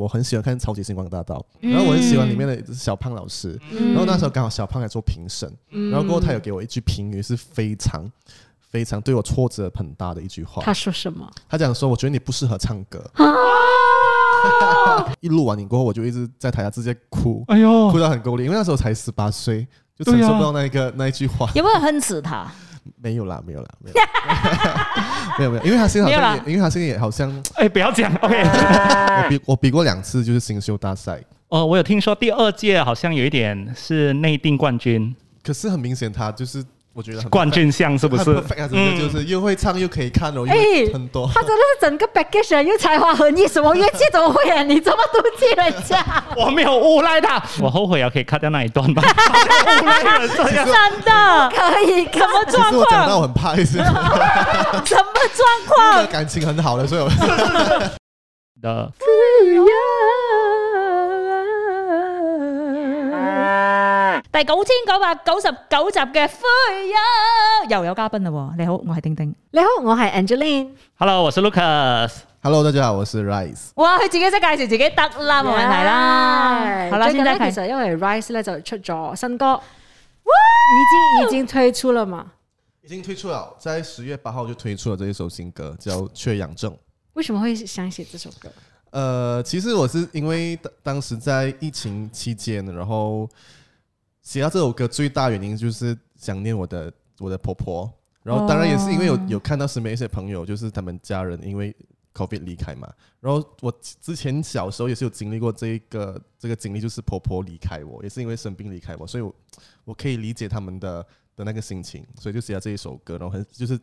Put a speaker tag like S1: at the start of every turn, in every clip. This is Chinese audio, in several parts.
S1: 我很喜欢看《超级星光大道》，
S2: 嗯
S1: 然后我很喜欢里面的小胖老师。
S2: 嗯
S1: 然后那时候刚好小胖来做评审，
S2: 嗯
S1: 然后过后他有给我一句评语是非常非常对我挫折很大的一句话
S2: 他，说什么？
S1: 他讲说我觉得你不适合唱歌。
S2: 啊
S1: 一录完你过后，我就一直在台下直接哭，
S3: 哎呦
S1: 哭，到很够力，因为那时候才十八岁，就承
S3: 对啊
S1: 受不到那一个、那一句话。
S2: 有没有恨死他？
S1: 没有啦，没有啦，没有， 没有没有，因为他现在好
S2: 没有
S1: 像
S2: 啦
S1: 也，因为他现在也好像
S3: 哎，不要 讲，OK。
S1: 我比我比过两次就是新秀大赛，
S3: 哦，我有听说第二届好像有一点是内定冠 军，
S1: 可是很明显他就是我觉得很
S3: 冠军相是不是
S1: 很 perfect 啊，真的就是又会唱又可以看哦，又很多。
S2: 他真的是整个 package 啊又才华横溢，什么乐器怎么会啊？你这么妒忌人家？
S3: 我没有诬赖他，我后悔了，可以 cut 掉那一段 吧。诬赖人
S4: 哎
S3: 这样，
S4: 真的
S2: 可以，
S4: 什么
S1: 其
S4: 状
S1: 实我讲到
S4: 况？
S1: 我很怕，就是我
S4: 什么状况
S1: 们？感情很好的，所以我
S3: 的
S2: 嗯
S4: 第九千九百九十九集嘅《灰友》又有嘉賓啦喎！你好，我係丁丁。
S2: 你好，我係 Angeline。
S3: ，Hello，我是 Lucas。
S1: Hello 大家好，我是 Rice。
S4: 哇，佢自己識介紹自己得啦，冇問題啦。好啦，
S2: 最近
S4: 先
S2: 咧
S4: 得佢。
S2: 其實因為 Rise 咧就出咗新歌，已經已經推出了嘛？
S1: 已经推出了，在十月八号就推出了这一首新歌，叫《缺氧症》。
S2: 為什麼會想寫這首歌？
S1: 呃，其实我是因为当当时在疫情期间，然后写到这首歌最大原因就是想念我的我的婆婆，然后当然也是因为有、有看到身边一些朋友，就是他们家人因为 COVID 离开嘛，然后我之前小时候也是有经历过这一个这个经历，就是婆婆离开我，也是因为生病离开我，所以我我可以理解他们的的那个心情，所以就写了这一首歌，然后很就是。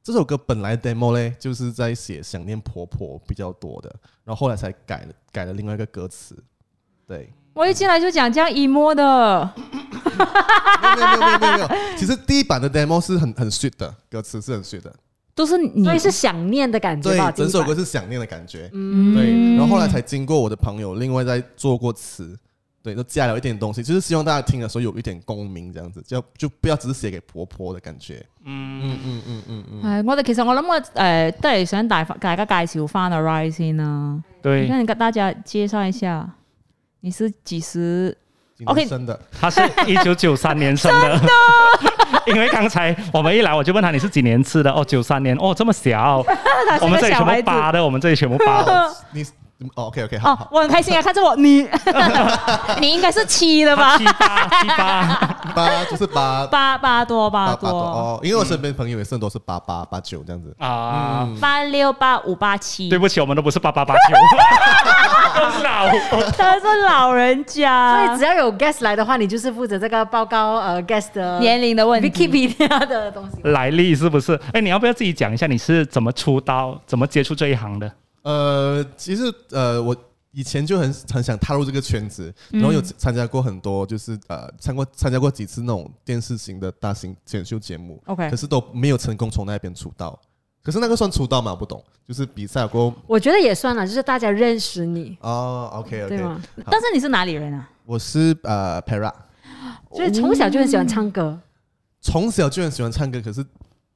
S1: 这首歌本来 demo 嘞，就是在写想念婆婆比较多的，然后后来才改了改了另外一个歌词。对，
S4: 我一進來就講這樣 emo 的，
S1: 没有没有没有没有没有。其实第一版的 demo 是很很 sweet 的，歌词是很 sweet 的。
S4: 都是你
S2: 所以是想念的感覺
S1: 对
S2: 吧？，
S1: 整首歌是想念的感觉。对，然后后来才经过我的朋友另外再做过词，对，都加了一点东西，就是希望大家听的时候有一点共鸣，这样子，就就不要只是写给婆婆的感觉。
S3: 嗯，
S1: 嗯嗯嗯嗯。
S4: 係我哋其實我諗我誒都係想大大家介紹翻阿 Rise 先啦。你
S3: 对，
S4: 看，你跟大家介紹一下，你是幾時？
S1: 今
S4: OK
S1: 天真的
S3: 他是一九九三年生 的。因为刚才我们一来，我就问他你是几年次的？哦，九三年，哦，这么 小。我们这里全部八的，我们这里全部 八的。
S1: 哦，你哦，OK OK，好，
S4: 哦
S1: 好，
S4: 我很開心啊，看着 我，你你應該是七的吧
S3: 七？八七 八，
S1: 八就是八
S4: 八八多八
S1: 八八多
S4: 多，
S1: 哦，因为我身边朋友也是很多是八八八九这样子。
S3: 啊、
S4: 八六八五八七
S3: 对，不起，我们都不是八八八 九，都是老。
S4: 他是老人
S2: 所
S4: 家，
S2: 以只要有 guest 來的話，你就是負責這個報告呃 guest 的
S4: 年齡的问题。
S2: Wikipedia 的東西。
S3: 来历是不是？哎，你要不要自己讲一下你是怎么出道、怎么接触这一行的？
S1: 呃，其实呃，我以前就很很想踏入这个圈子，然后有参加过很多，就是呃，参过参加过几次那种电视型的大型选秀节目
S4: OK
S1: 可是都没有成功从那边出道。可是那个算出道吗？我不懂，就是比赛过
S2: 我覺得也算啦，就是大家認識你，
S1: 哦，OK OK，
S2: 對嗎？
S4: 但是你是哪里人啊？
S1: 我是呃 Para，
S2: 所以從小就很喜歡唱歌，
S1: 从小就很喜欢唱歌，可是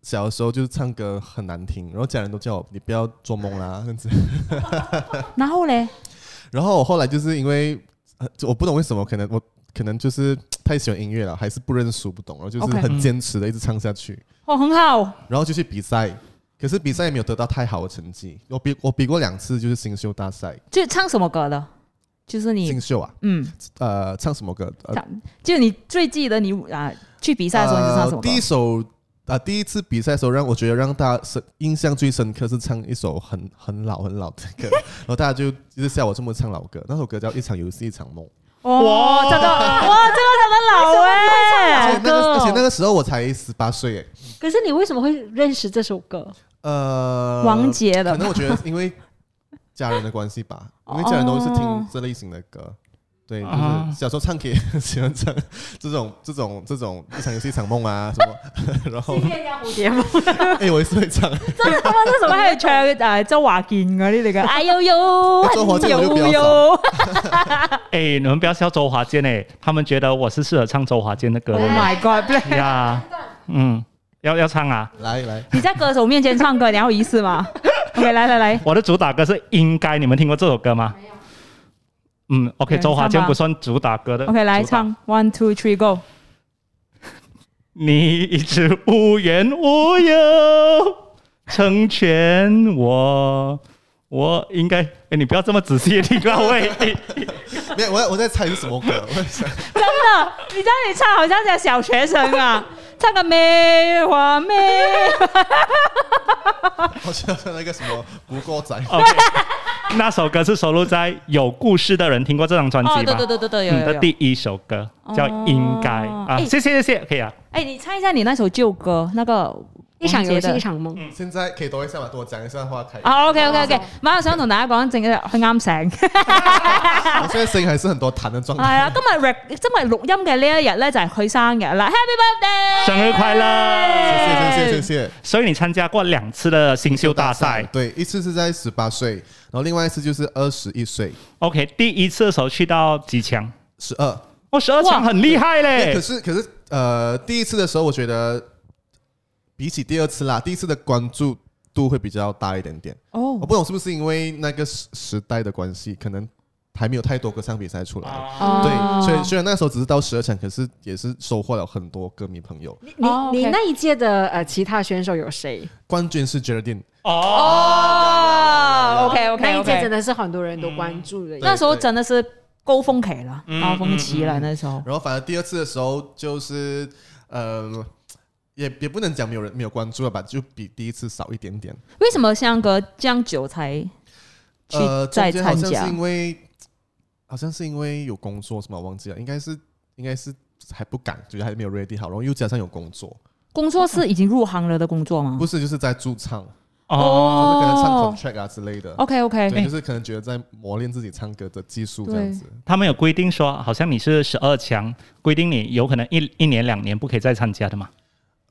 S1: 小的时候就是唱歌很难听，然后家人都叫我你不要做梦啦这样子。
S4: 然后嘞，
S1: 然后我后来就是因为、呃、就我不懂为什么，可能我可能就是太喜欢音乐了，还是不认输不懂，然后就是
S4: OK
S1: 很坚持的一直唱下去，
S4: 哦，很好，
S1: 然后就去比赛，可是比赛也没有得到太好的成绩。我比我比过两次就是新秀大赛，
S4: 就唱什么歌的？就是你
S1: 新，秀啊，
S4: 嗯，
S1: 呃，唱什么歌？呃
S4: 唱就你最记得你啊去比赛的时候你是唱什么
S1: 呃
S4: 歌
S1: 第？一首啊、第一次比赛的时候，让我觉得让大家深印象最深刻是唱一首很很老很老的 歌，然后大家就一直笑我这么唱老歌，那首歌叫《一场游戏一场梦》。
S4: 哇，这个哇，这个怎么老
S1: 而
S4: 哎
S1: 且？那个，而且那
S4: 个
S1: 个时候我才十八岁耶。
S2: 可是你為什麼會認識這首歌？
S1: 呃，
S4: 王杰的
S1: 可能我觉得因为家人的关系吧，因为家人都是听这类型的歌。对，就是
S3: 啊
S1: 小时候唱 K 喜欢唱这种这种这种一场游戏一场梦啊什么，然后
S2: 月亮蝴蝶嗎？
S1: 哎、我也是会唱，
S4: 那首歌还有唱诶周华健嗰啲嚟噶， 哎呦呦，
S1: 周华健我就比较
S4: 哎呦
S1: 少
S4: 呦
S3: 哎，你们不要笑周华健哎，他们觉得我是适合唱周华健的 歌
S4: ，Oh
S3: 的
S4: my god！
S3: 呀。嗯，要要唱啊！
S1: 来来，
S4: 你在歌手面 前唱歌，你要有仪式吗？OK，来来来，
S3: 我的主打歌是《应该》，你们听过这首歌吗？嗯，OK，周华健不算主打歌的。
S4: OK，来
S3: 主打
S4: 唱 One Two Three Go。
S3: 你一直无缘无由成全我，我应该哎，你不要这么仔细地听 到位。
S1: 没有，我在我在猜是什么歌，我在想
S4: 真的，你这样你唱好像在小学生 啊，唱个梅花梅。
S1: 我觉得那个什么不过仔，
S3: OK，那首歌是收录在《有故事的人》，听过这张专辑吧？
S4: 哦，对对对对对，有
S3: 嗯
S4: 有
S3: 的
S4: 有。
S3: 第一首歌叫《应该》
S4: 哦
S3: 啊，
S4: 哎
S3: 谢谢谢谢，可以啊。
S4: 哎，你唱一下你那首旧歌，那个
S2: 一场游戏
S4: 王
S2: 一
S4: 杰的。
S2: 场梦，
S1: 现在可以多一下嘛，多讲一下花开。
S4: 啊，OK OK OK，馬上同大家講，正佢啱醒。
S1: 我现在声音还是很多痰的状
S4: 係
S1: 态。
S4: 啊，今日 rec- 今日錄音嘅呢一日咧就係佢生日啦，Happy birthday！
S3: 生日快
S1: 谢
S3: 乐！
S1: 谢谢谢谢谢。
S3: 所以你参加过两次的新秀大赛
S1: 对，一次是在十八岁，然后另外一次就是二十一岁，
S3: ，OK，第一次的时候去到几强？
S1: 十二。
S3: 哦，十二强很厉害嘞
S1: 可！是可是呃，第一次的时候，我觉得比起第二次啦，第一次的关注度会比较大一点点。
S4: 哦
S1: 我不懂是不是因为那个时时代的关系，可能还没有太多歌唱比赛出来。
S4: 啊哦
S1: 对，所以虽然那时候只是到十二强，可是也是收获了很多歌迷朋友。
S2: 你
S4: 哦
S2: 你
S4: OK
S2: 那一届的呃其他选手有谁？
S1: 冠军是 Geraldine，
S3: 哦，
S4: 哦，OK OK，嗯
S2: 那一届真的是很多人都关注的。
S4: 那时候真的是高峰期啦，高峰期
S1: 嗯
S4: 啦，那时候。
S1: 然后反而第二次的时候就是，呃，也也不能讲没有人没有关注了吧，就比第一次少一点点。
S4: 为什么相隔这样久才去
S1: 呃，中
S4: 再
S1: 间好
S4: 参
S1: 像
S4: 加
S1: 是？因为好像是因为有工作什么忘记了，应该是应该是还不敢，觉得还没有 ready 好，然后又加上有工作，
S4: 工作是已经入行了的工作吗
S1: 不？是就是在驻唱，
S3: 哦，
S1: 就是可能唱 contract 啊之类的。
S4: OK 哦 OK，
S1: 对，就是可能觉得在磨练自己唱歌的技术这样子。
S3: 他们有规定说，好像你是十二强，规定你有可能一一年两年不可以再参加的嘛？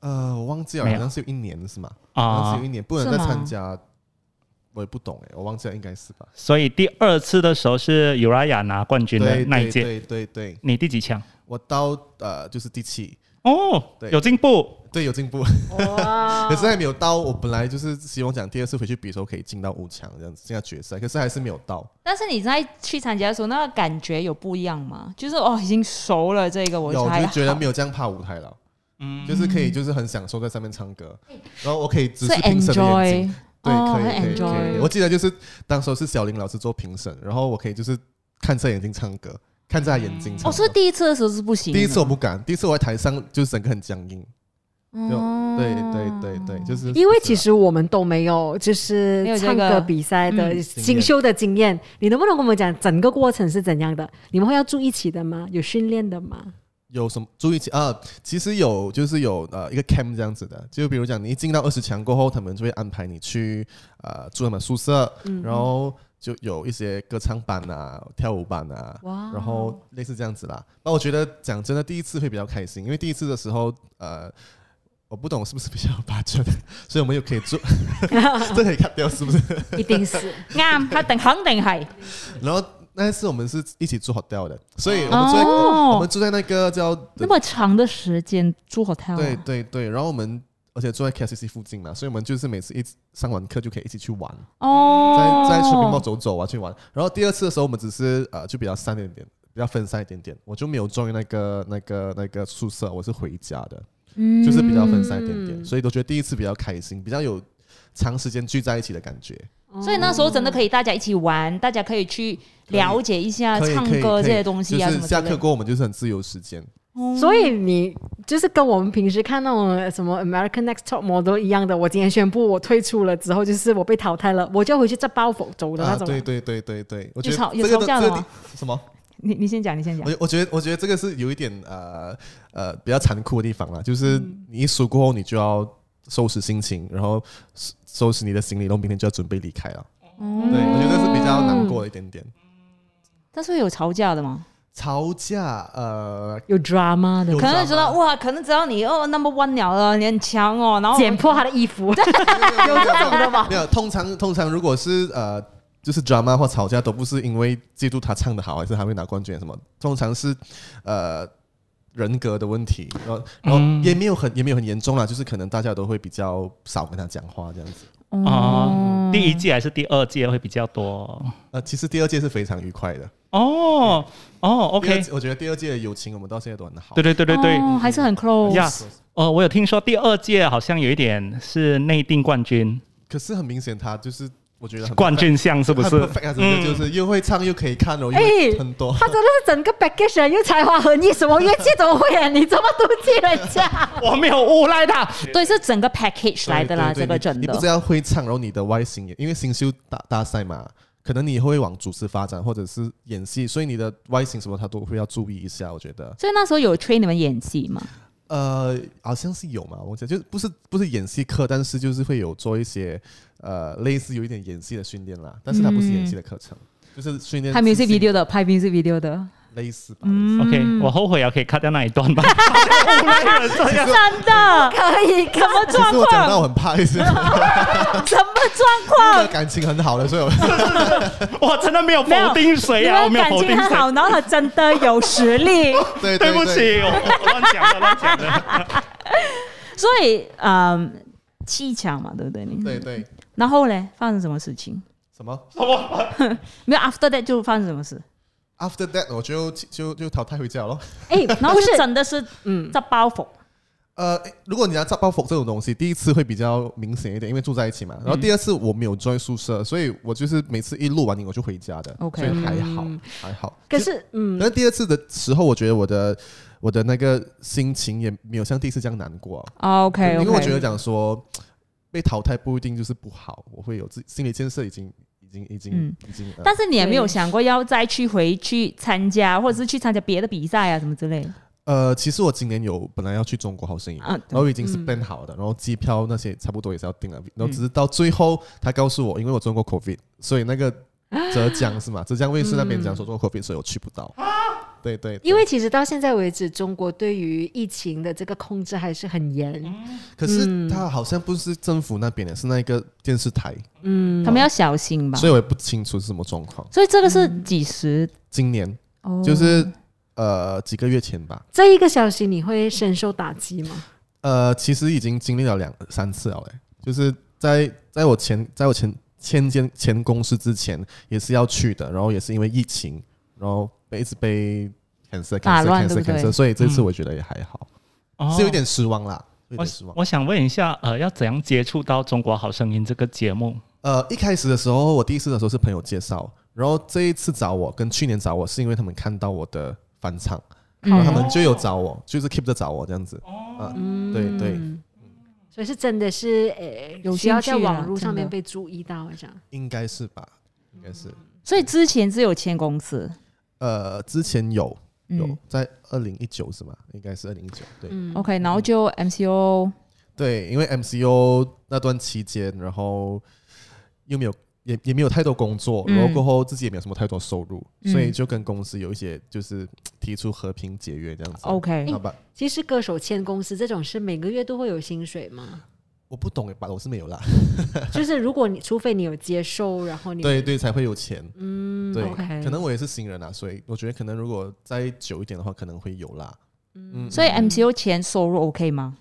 S1: 呃，我忘记了，
S3: 没
S1: 好
S3: 有
S1: 像是有一年是吗？好像
S3: 啊
S1: 哦是有一，年不能再
S4: 是吗
S1: 参加，我也不懂哎、我忘记了，应该是吧？
S3: 所以第二次的时候是尤拉雅拿冠军的
S1: 对
S3: 那一
S1: 对
S3: 届，
S1: 对对对，
S3: 你第几强？
S1: 我到呃就是第七，
S3: 哦，
S1: 对
S3: 有进步，
S1: 对，有进步。
S2: 哇
S1: 可是还没有到，我本来就是希望讲第二次回去比的时候可以进到五强这样子，进到决赛，可是还是没有到。
S4: 但是你在去参加的时候，那个感觉有不一样吗？就是哦，已经熟了这个，我
S1: 有，我
S4: 才
S1: 就觉得没有这样怕舞台了，
S3: 嗯，
S1: 就是可以，就是很享受在上面唱歌，然后我可以只
S4: 嗯是
S1: 是评审的眼
S4: enjoy
S1: 睛，。对，
S4: 哦
S1: 可以，可
S4: 很
S1: 以，可以。
S4: enjoy
S1: 我记得就是当时候是小林老师做评审，然后我可以就是看着眼睛唱歌，看着他眼睛唱歌。
S4: 哦，所以第一次的时候是不行的。
S1: 第一次我不敢，第一次我在台上就是整个很僵硬，就
S4: 哦
S1: 对对对对，就是
S2: 因为其
S1: 实
S2: 实我们都没有就是
S4: 没有这
S2: 唱
S4: 个
S2: 歌比赛的
S4: 嗯
S2: 新秀的经验，你能不能跟我们讲整个过程是怎样的？你们会要住一起的吗？有训练 的吗？
S1: 有什么注意起啊？其实有，就是有呃一个 camp 这样子的，就比如讲你一进到二十强过后，他们就会安排你去呃住他们宿舍，
S4: 嗯
S1: 然后就有一些歌唱班啊、跳舞班啊，
S2: 哇
S1: 然后类似这样子啦。那我觉得讲真的，第一次会比较开心，因为第一次的时候，呃，我不懂是不是比较八折，所以我们又可以 做，这可以 cut 掉是不是？
S2: 一定是
S4: 啱，一定肯定係。
S1: 然后那一次我们是一起住 hotel 的，所以我们住在、我们住在那个叫
S4: 哦那么长的时间住 hotel，啊
S1: 对对对，然后我们而且住在 KCC 附近嘛，所以我们就是每次一起上完课就可以一起去玩，
S4: 哦，
S1: 在在 shopping mall 走走啊去玩。然后第二次的时候，我们只是呃就比较散一点点，比较分散一点点，我就没有 join 那个那个那个宿舍，我是回家的，
S4: 嗯
S1: 就是比较分散一点点，所以都觉得第一次比较开心，比较有长时间聚在一起的感觉。
S4: 所以那时候真的可以大家一起玩，大家可以去了解一下
S1: 可以
S4: 啊唱
S1: 可以可
S4: 歌
S1: 以
S4: 这些东西啊
S1: 就
S4: 什
S1: 是
S4: 么之
S1: 下
S4: 类
S1: 课
S4: 的。
S1: 过后我们就是很自由时间。
S2: 哦所以你就是跟我们平时看那种什么 American Next Top Model 一样的，我今天宣布我退出了之后，就是我被淘汰了，我就要回去再包袱走的那
S1: 啊，
S2: 种。
S1: 对对对对对，我觉得
S4: 吵有
S1: 这个
S4: 吵
S1: 的
S4: 架
S1: 这
S4: 了
S1: 个
S4: 吗
S1: 地什么？
S4: 你你先讲，你先讲
S1: 我。我觉得我觉得这个是有一点呃呃比较残酷的地方啦，就是你一输过后，你就要收拾心情，然后收收拾你的行李，然后明天就要准备离开了。对，我觉得是比较难过一点点。
S4: 但是有吵架的吗？
S1: 吵架，呃，
S2: 有 drama 的
S1: 有，
S4: 可能就觉得
S1: drama
S4: 哇，可能只要你哦 number one 了了，你很强哦，然后
S2: 剪破他的衣
S4: 哦
S2: 服，
S1: 有这种的 吗？没有，通常通常如果是呃。就是 drama 或吵架都不是因为嫉妒他唱的好，还是他会拿冠军什么，通常是呃人格的问题，然后然后也没有很也没有很严重啦，就是可能大家都会比较少跟他讲话这样子。
S3: 哦，第一届还是第二届会比较多。
S1: 呃，其实第二届是非常愉快的。
S3: 哦哦
S1: 第二
S3: ，OK，
S1: 届我觉得第二届的友情我们到现在都很好。
S3: 对对对对对，
S4: 哦还是很 close。
S3: 呀，哦，我有听说第二届好像有一点是内定冠军，
S1: 可是很明显，他就是我觉得很
S3: 冠军项是不嗯是
S1: 很 perfect 啊，？整个就是又会唱又可以看哦，又
S2: 哎
S1: 很多。
S2: 他真的是整个 package，啊又才华横溢，什么乐器都会啊！你这么妒忌人家？
S3: 我没有诬赖他，
S4: 对，是整个 package 来的啦，
S1: 对对对
S4: 这个真
S1: 你你不只
S4: 的。
S1: 要会唱，然后你的外形也，因为新秀大大赛嘛，可能你会往主持发展，或者是演戏，所以你的外形什么他都会要注意一下。我觉得，
S4: 所以那时候有 train 你们演技嘛？
S1: 呃，好像是有嘛，我讲就是不是不是演戏课，但是就是会有做一些呃类似有一点演戏的训练啦，但是它不
S4: 嗯
S1: 是演戏的课程，就是训练
S4: 拍 music
S1: 自信
S4: video 的，拍 music video 的，
S1: 类似吧。
S4: 嗯
S3: OK，我后悔啊，可以 cut 掉那一段吧。 诬赖人这样，
S4: 真的？
S2: 可以，
S4: 什么
S1: 其
S4: 状
S1: 实我讲到
S4: 况？
S1: 我很怕，就是
S4: 什么状况？
S1: 感情很好的，所以我
S3: 我真的没有
S4: 没有
S3: 否定谁
S4: 你
S3: 啊，我
S4: 们
S3: 没有
S4: 感
S3: 否
S4: 情
S3: 定
S4: 很
S3: 谁。
S4: 好，然后他真的有 实力，
S1: 对
S3: 对不，起，我我乱讲的，乱讲的。
S4: 所以嗯，七强嘛，对不对？你
S1: 对对对，
S4: 然后嘞，发生什么事情？
S1: 什么
S4: 没有 after that 就发生什么事？
S1: ？After that，我就就就淘汰回家咯。
S4: 哎，然后
S2: 不是
S4: 是真的是
S2: 嗯，
S4: 这包袱，
S1: 呃，诶如果你要炸包袱这种东西，第一次会比较明显一点，因为住在一起嘛。然后第二次我没有 join 宿舍，所以我就是每次一录完音我就回家的
S4: OK
S1: 所以还好
S2: 嗯
S1: 还好。
S2: 可是嗯
S1: 但，是第二次的时候，我觉得我的我的那个心情也没有像第一次这样难过、啊
S2: 啊
S4: OK，
S1: 因为我觉得讲说被淘汰不一定就是不好，我会有自心理建设已经已经已经、
S4: 嗯
S1: 已经。呃
S4: 但是你也没有想过要再去回去参加，或者是去参加别的比赛啊什么之类的。
S1: 呃，其实我今年有本来要去中国好声音，
S4: 啊
S1: 然后已经是
S2: 嗯
S1: plan 好的，然后机票那些差不多也是要订了，然
S4: 嗯
S1: 后只是到最后他告诉我，因为我中过 COVID，所以那个浙江是 嘛，浙江卫视那边讲说中过 COVID，所以我去不到。
S4: 嗯
S1: 对对，对
S2: 因为其实到现在为止，中国对于疫情的这个控制还是很严，
S1: 可
S4: 嗯
S1: 是他好像不是政府那边的，是那个电视台，
S2: 嗯
S4: 他们要小心吧。
S1: 所以我也不清楚是什么状况。
S4: 所以这个是几十，
S1: 今年
S4: 哦
S1: 嗯就是呃几个月前吧，
S2: 这一个消息你会深受打击吗？
S1: 呃，其实已经经历了两三次了、欸，就是在在我前在我前前间前公司之前也是要去的，然后也是因为疫情，然后被一直被 cancel
S4: 打
S1: cancel
S4: 乱
S1: cancel
S4: 对不对嗯
S1: cancel，所以这次我觉得也还好，
S3: 哦
S1: 是有点失望啦，有
S4: 哦
S3: 我
S1: 点失望。
S3: 哦我想问一下，呃，要怎样接触到《中国好声音》这个节目？
S1: 呃，一开始的时候，我第一次的时候是朋友介绍，然后这一次找我跟去年找我是因为他们看到我的翻唱，
S4: 嗯
S1: 然后他
S4: 哦
S1: 们就有找我，就是 keep 着找我这样子，啊，对对，
S2: 嗯所以是真的是呃，
S4: 有
S2: 需要
S4: 兴
S2: 在
S4: 趣啊
S2: 网络上
S4: 真
S2: 面
S4: 的
S2: 被注意到这样。
S1: 应该是吧，应该是。
S4: 所以之前只有签公司，
S1: 呃，之前有有、
S4: 嗯
S1: 在二零一九是吗？应该是二零一九，对、
S2: 嗯
S4: ，OK，然后就 MCO，
S1: 对，因为 MCO 那段期间，然后又没有也也没有太多工作，
S4: 嗯
S1: 然后过后自己也没有什么太多收入，
S4: 嗯
S1: 所以就跟公司有一些就是提出和平解约这样子。
S4: OK
S1: 好吧，
S2: 其实歌手签公司这种是每个月都会有薪水嘛，
S1: 我不懂诶，吧，我是没有啦，
S2: 就是如果你除非你有接收，然后 你
S1: 对对，才会有钱。
S2: 嗯
S1: 对
S2: OK
S1: 可能我也是新人啊，所以我觉得可能如果再久一点的话，可能会有啦。嗯，
S4: 所以 MCO 前收入 OK 吗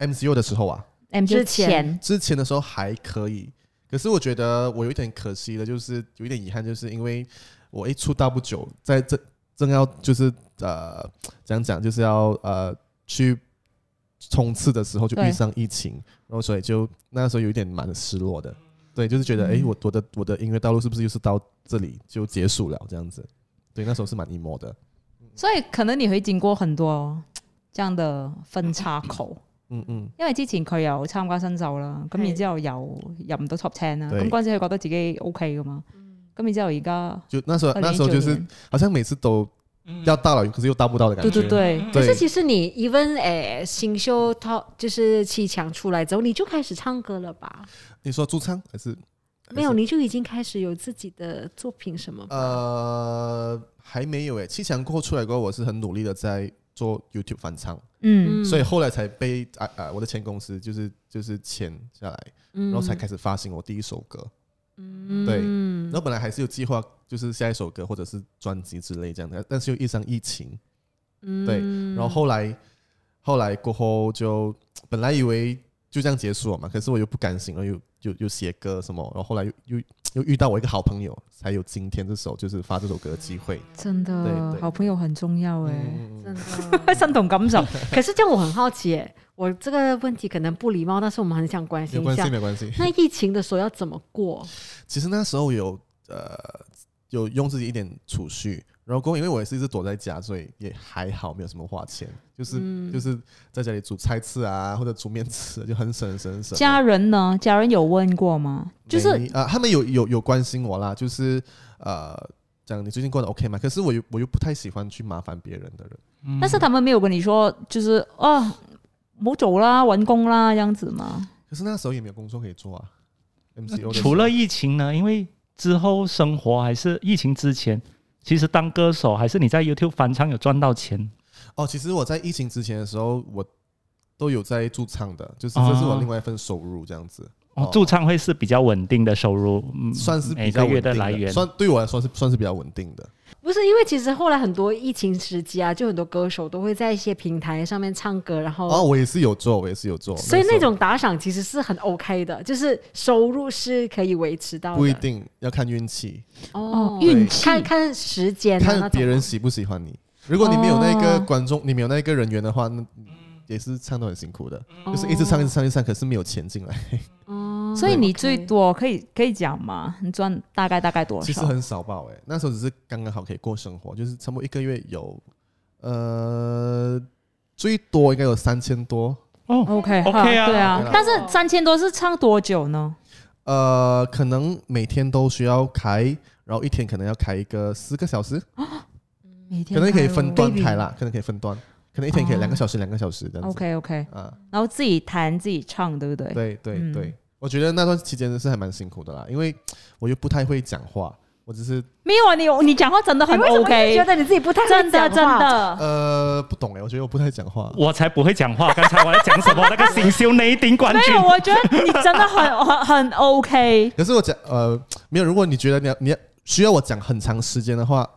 S1: MCU 的时候啊，
S4: ？MCO
S2: 之前
S4: 前
S1: 之前的时候还可以，可是我觉得我有一点可惜的，就是有一点遗憾，就是因为我一出道不久，在这正要就是呃讲讲就是要呃去冲刺的时候就
S4: 对
S1: 遇上疫情，然后所以就那时候有一点蛮失落的。对，就是觉得哎、诶我我的我的音乐道路是不是就是到这里就结束了这样子？对，那时候是蛮 emo 的。
S4: 所以可能你会經過很多這樣的分叉口，
S1: 嗯嗯，
S4: 因為之前佢又參加新秀啦，咁
S2: 係
S4: 然之後又入唔到 top ten 啦，
S1: 對
S4: 咁嗰陣時佢覺得自己 OK 噶嘛，咁然之後而家
S1: 就那时候
S4: 二零
S1: 那
S4: 一
S1: 时候
S4: 九
S1: 就是
S4: 年，
S1: 好像每次都要到了，可是又到不到的感
S4: 對
S1: 觉。
S4: 對對，
S2: 可是
S1: 对
S2: 其实你 even 诶新秀 top 就是七强出来之后，你就开始唱歌了吧？
S1: 你说驻唱还是
S2: 没有，你就已经开始有自己的作品什么吧？
S1: 呃，还没有诶，七强过后出来过后，我是很努力的在做 YouTube 翻唱，
S4: 嗯，
S1: 所以后来才被啊啊、我的前公司就是就是签下来，然后才开始发行我第一首歌。
S2: 嗯
S1: 对
S2: 嗯
S1: 然后本来还是有计划，就是下一首歌或者是专辑之类这样的，但是又遇上疫情，对然后后来后来过后就本来以为就这样结束了嘛，可是我又不甘心了，又有有写歌什么，然后后来又又又遇到我一个好朋友，才有今天这首就是发这首歌的机会。
S4: 真的
S1: 对，对
S4: 好朋友很重要哎，
S1: 嗯，
S2: 真的。
S4: 身同感受。
S2: 可是这样我很好奇耶，我这个问题可能不礼貌，但是我们很想关
S1: 没
S2: 心一
S1: 关
S2: 下
S1: 系，。没关系。
S2: 那疫情的时候要怎么过？
S1: 其实那时候有呃有用自己一点储蓄，然后过后因为我也是一直躲在家，所以也还好，没有什么花钱，就是、
S2: 嗯
S1: 就是在家里煮菜吃啊，或者煮面吃，就很省很省很省。
S4: 家人呢？家人有问过吗？就是
S1: 没呃，他们有有有关心我啦，就是呃讲你最近过得 OK 吗？可是我又我又不太喜欢去麻烦别人的人，
S3: 嗯
S4: 但是他们没有跟你说，就是啊，冇做啦，揾工啦，这样子吗？
S1: 可是那时候也没有工作可以做啊。MCO 的时候
S3: 除了疫情呢，因为之后生活还是疫情之前，其实当歌手还是你在 YouTube 翻唱有赚到钱，
S1: 哦，其实我在疫情之前的时候，我都有在驻唱的，就是
S3: 啊
S1: 这是我另外一份收入这样子。
S3: 哦
S1: 哦，
S3: 驻唱会是比较稳定的收入，嗯，
S1: 算是比
S3: 每
S1: 较
S3: 个
S1: 稳
S3: 月
S1: 定
S3: 的来源。
S1: 算对我来说是算是比较稳定的。
S2: 不是因为其实后来很多疫情时期啊，就很多歌手都会在一些平台上面唱歌，然后、
S1: 哦，我也是有做，我也是有做，
S2: 所以
S1: 时候
S2: 那种打赏其实是很 OK 的，就是收入是可以维持到的。
S1: 不一定要看运气，
S2: 哦，
S1: 运
S4: 气
S2: 看看时间、啊，那
S1: 看
S2: 种
S1: 别人喜不喜欢你。如果你没有那个
S4: 哦
S1: 观众，你没有那个人员的话，那也是唱到很辛苦的，就是一直唱一直唱一直唱，可是没有钱进来，
S2: 哦
S4: 所以你
S2: OK
S4: 最多可以可以讲吗？你赚大概大概多
S1: 其实
S4: 少？
S1: 很少吧？哎，那时候只是刚刚好可以过生活，就是差不多一个月有，呃，最多应该有三千多，
S3: 哦，
S4: OK
S3: OK 啊
S4: 对啊
S1: OK 啦，
S4: 但是三千多是唱多久呢？
S1: 呃，可能每天都需要开，然后一天可能要开一个四个小时，
S4: 每天
S1: 可
S4: 哦
S1: 能可以分段
S2: baby
S1: 开啦，可能可以分段，可能一天可以两个小时、两个小时这样子。
S4: 哦 OK OK，
S1: 啊，
S4: 然后自己弹自己唱，对不对？
S1: 对对
S4: 嗯
S1: 对，我觉得那段期间是还蛮辛苦的啦，因为我又不太会讲话，我只是
S4: 没有啊，你你讲话真的很
S2: 哎你为什么一直
S4: OK，
S2: 觉得你自己不太会
S4: 真的哦
S2: 讲
S4: 真
S2: 话
S4: 的。
S1: 呃不懂哎，我觉得我不太讲话。
S3: 我才不会讲话。 刚才我在讲什么？那个新秀内定冠
S4: 没
S3: 军
S4: 有，，我觉得你真的很很很 OK。
S1: 可是我讲呃没有，如果你觉得你要你要需要我讲很长时间的话，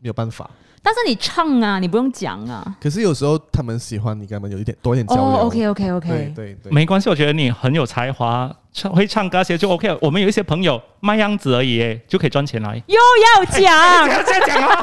S1: 没有办法。
S4: 但是你唱啊，你不用讲啊。
S1: 可是有时候他们喜欢你，跟他们有一点多一点交流。
S4: 哦，OK OK
S1: 对
S4: OK，
S1: 对对，，
S3: 没关系，我觉得你很有才华，唱会唱歌那些就 OK 了。我们有一些朋友卖样子而已耶，就可以赚钱来。
S4: 又要讲，
S3: 这样讲啊，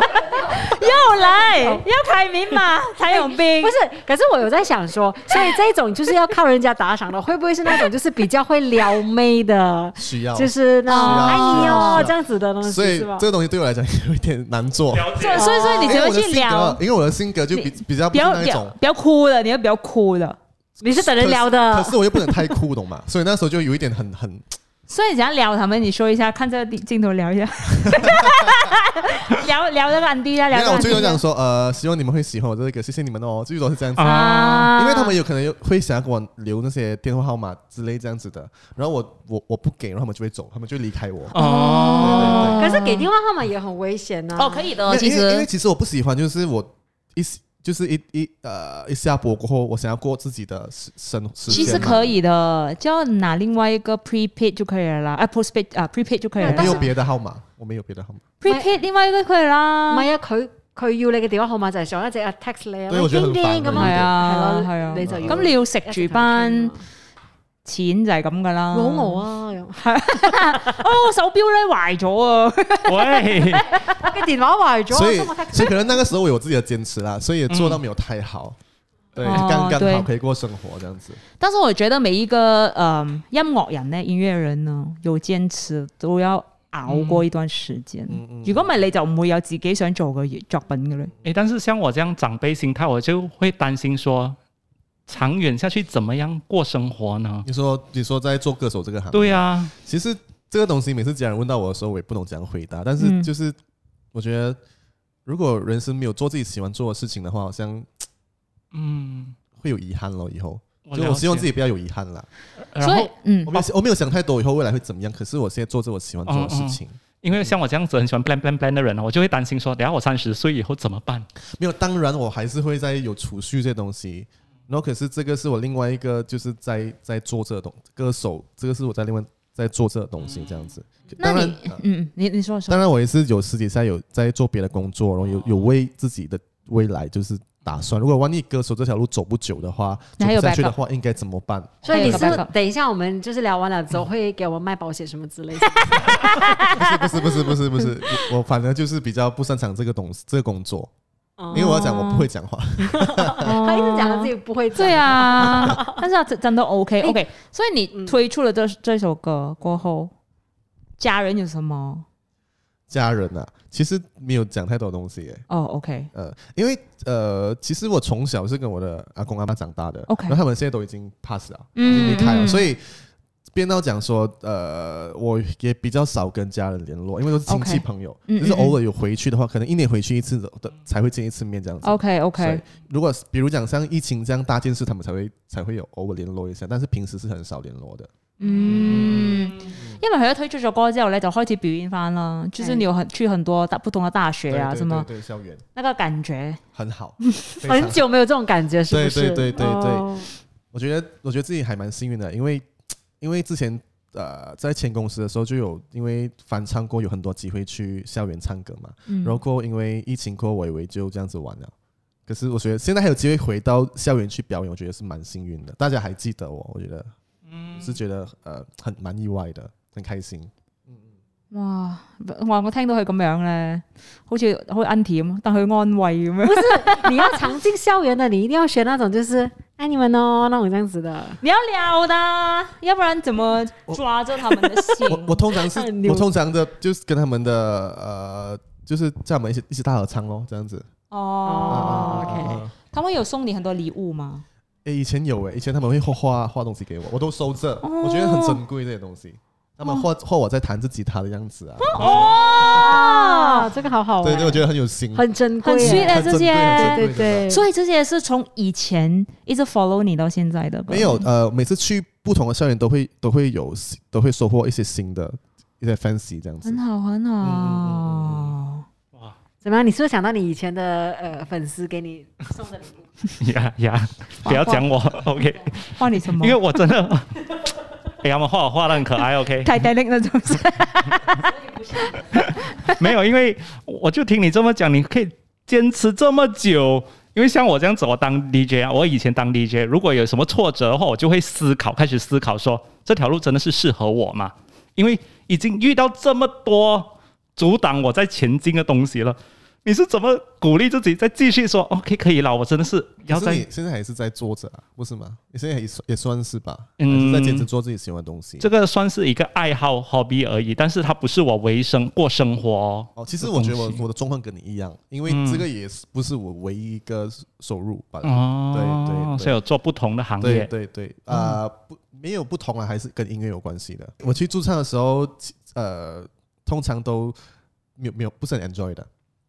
S4: 又来，要开明嘛，谭咏斌
S2: 不。是，可是我有在想说，所以这种就是要靠人家打赏的，会不会是那种就是比较会撩妹的
S1: 需要。
S2: 就是那种
S1: 是啊是啊
S2: 哎
S1: 是
S2: 呦
S1: 啊
S2: 这样子的东西，
S1: 所以
S2: 是吧
S1: 这？个东西对我来讲 有一点难做，
S4: 所以所以所以你
S1: 因
S4: 只
S1: 为
S4: 会
S1: 我的
S4: 去
S1: 性
S4: 聊
S1: 格，，因为哎我的性格就比比较
S4: 不
S1: 不是
S4: 要
S1: 那
S4: 不
S1: 一
S4: 要
S1: 种
S4: 不要哭了，你要不要哭了？
S2: 你是等人撩
S1: 可
S4: 呃
S2: 的
S1: 是，可是我又不能太酷，懂 吗？所以那时候就有一点很很
S4: 所以想要聊他们，你说一下，看这个镜头 聊一下，聊聊那个安迪啊，聊
S1: 没
S4: 那
S1: 有，
S4: 个
S1: 我
S4: 安
S1: 最多
S4: 迪
S1: 讲
S4: 啊。
S1: 说，呃，希望你们会喜欢我这个，谢谢你们哦，最多是这样子，
S3: 啊，
S1: 因为他们有可能有会想要给我留那些电话号码之类这样子的，然后我我我不给，然后他们就会走，他们就离开我。
S3: 哦，
S2: 可是给电话号码也很危险啊呐。
S4: 哦，可以
S1: 没
S4: 的，
S1: 有
S4: 其
S1: 因为因为
S4: 实
S1: 其实我不喜欢，就是我一就是一一呃一下播过后，我想要过自己的时生时
S4: 其
S1: 间
S4: 实
S1: 嘛
S4: 可，以的，就要拿另外一个 prepaid 就可以了啦，啊 postpaid 啊 prepaid 就可以了
S1: 我
S4: 啦
S1: 没有
S2: 但是
S1: 别的号码，我没有别的号码，
S4: ，prepaid 另外一个可以啦
S2: 唔。係啊，佢佢要你嘅電話號碼就係上一隻啊 text 你啊，
S1: 對我覺得很
S2: 喂叮叮
S1: 煩
S2: 咁
S1: 啊
S4: 係
S2: 樣，
S4: 啊，係
S2: 係
S4: 啊
S2: 咯，，你就要
S4: 咁你要食住班錢就係咁噶啦。
S2: 好餓啊 咁，
S4: 哦，手錶咧壞咗啊，
S3: 喂，
S2: 個電話壞咗，
S1: 所以
S2: 咁我啊 text
S1: 所以可能那个时候我有自己的坚持啦，所以也做到没有太好，对，刚刚
S4: 嗯哦对
S1: 好可以过生活这样子。
S4: 但是我觉得每一个呃音樂人咧、音樂人呢，有堅持都要熬過一段時間。
S1: 嗯
S4: 如果唔係，你就唔會有自己想做嘅作品嘅咧。
S3: 诶，但是像我这样长辈心态，我就会担心说，长远下去怎么样过生活呢？
S1: 你说你说在做歌手这个行业，
S3: 对啊呀，
S1: 其实这个东西，每次家人问到我的时候，我也不懂怎样回答。但是
S4: 嗯
S1: 就是，我觉得如果人生没有做自己喜欢做的事情的话，好像
S3: 嗯，
S1: 会有遗憾咯。以后，就
S3: 了
S1: 我希望
S3: 解
S1: 自己不要有遗憾啦。
S3: 然
S4: 所
S3: 后
S4: 以嗯
S1: 我没有我没有想太多，以后未来会怎么样。可是我现在做着我喜欢做的事情，
S3: 因为像我这样子很喜欢 plan plan plan 的人哦，我就会担心说，等下我三十岁以后怎么办？
S1: 没有。当然，我还是会在有储蓄这东西。然后，可是这个是我另外一个，就是在在做这个东歌手，这个是我在另外在做这个东西这样子。
S4: 那
S1: 当然呃
S4: 你，嗯，你你 说说哦
S1: 当。然，我也是有私底下有在做别的工作，然后有有为自己的未来就是打算？如果万一歌手这条路走不久的话，走
S4: 那还
S1: 不
S4: 有
S1: 下去的
S4: backup
S1: 话，应该怎么办？
S2: 所以你是
S4: 还有一个 backup
S2: 等一下我们就是聊完了之后会给我们卖保险什么之类的。
S1: 不是不是不是不是， 我我反正就是比较不擅长这个东这个工作，
S2: 哦
S1: 因为我要讲我不会讲话。
S2: 他
S4: 他
S2: 一直讲他自己不会
S4: 对
S2: 啊，
S4: 啊， 但是啊真真的 OK
S2: 哎
S4: OK，所以你推出了这这首歌过后，家人有什么？
S1: 家人啊，其实没有讲太多东西耶、
S4: 哦，OK，
S1: 呃，因为呃，其实我从小是跟我的阿公阿妈长大的
S4: OK
S1: 然后他们现在都已经 pass 了，已经
S4: 嗯
S1: 离开了，所
S4: 以
S1: 以变到讲说，呃，我也比较少跟家人联络，因为都是亲戚
S4: OK
S1: 朋友
S4: 嗯嗯
S1: 就是偶尔有回去的话，可能一年回去一次的才会见一次面这样子。
S4: OK
S1: 所以
S4: OK，
S1: 如果比如讲像疫情这样大件事，他们才会才会有偶尔联络一下，但是平时是很少联络的。
S4: 嗯，因为佢一推出咗歌之後咧，就開始表演翻啦，就是你有很去很多大不同的大学啊，什么
S1: 对对，校园
S4: 那個感覺，
S1: 很 好，非常
S2: 很久没有这种感觉，是不是？
S1: 对对对对对
S2: 哦
S1: 我觉得我觉得自己还蛮幸运的，因为因为之前呃在前公司的时候就有因为翻唱过有很多机会去校园唱歌嘛，
S4: 嗯
S1: 然后过后因为疫情过后我以为就这样子完了，可是我觉得现在还有机会回到校园去表演，我觉得是蛮幸运的，大家还记得我，我觉得是觉得呃很蛮意外 的，很开心。
S4: 哇！哇！我聽到佢咁樣咧，好似好 a u n t 咁，但佢安慰咁 樣。
S2: 你要常进校园的，你一定要学那种就是爱你们哦那种这样子的。
S4: 你要聊的，要不然怎麼抓住他們的心？
S1: 我我通常是
S2: 很牛
S1: 我通常的就是跟他们的呃就是叫我们一起一起大合唱咯，这样子。
S4: 哦
S2: 啊啊啊啊
S4: ，OK，他们有送你很多礼物吗？
S1: 诶，以前有诶，以前他们会画画画东西给我，我都收着，
S4: 哦
S1: 我觉得很珍贵这些东西。他们画画我在弹着吉他的样子啊，
S4: 哦，
S2: 啊，这个好好
S1: 对对，我
S2: 玩，
S1: 觉得很有心，
S2: 很珍贵
S4: 很
S2: 耶，
S4: sweet 啊
S1: 很珍
S4: 这些
S1: 贵很珍
S2: 对
S1: 贵真的
S2: 对，
S4: 所以这些是从以前一直 follow 你到现在的吧？
S1: 没有呃，每次去不同的校园都会都会有都会收获一些新的一些 fancy 这样子
S4: 很。好，很
S1: 嗯
S4: 好。
S2: 怎么样？你是不是想到你以前的呃粉丝给你送的礼物？
S3: 呀呀， 不要讲我，OK，
S4: 画你什么
S3: 因为？我真的， 哎呀，我们画我画的很可爱，OK，
S4: 太 d i 那种，
S3: 没有，因为我就听你这么讲，你可以坚持这么久。因为像我这样子，我当 DJ 啊，我以前当 DJ，如果有什么挫折的话，我就会思考，开始思考说这条路真的是适合我吗？因为已经遇到这么多阻挡我在前进的东西了，你是怎么鼓励自己再继续说 OK 可以了？我真的是要
S1: 可是
S3: 再
S1: 你现在还是在做着啊，不是吗？你现在也算也算是吧，还
S3: 嗯
S1: 是在坚持做自己喜欢的东西。
S3: 这个算是一个爱好 hobby 而已，但是它不是我为生过生活哦。
S1: 哦，其实我觉得我
S3: 这东西
S1: 我的状况跟你一样，因为
S3: 嗯
S1: 这个也是不是我唯一一个收入吧。
S3: 哦，
S1: 对对对
S3: 所以有做不同的行
S1: 对
S3: 业，嗯
S1: 对对，啊，不没有不同啊，还是跟音乐有关系的。我去驻唱的时候，其呃，通常都没有没有不是很 enjoy 的。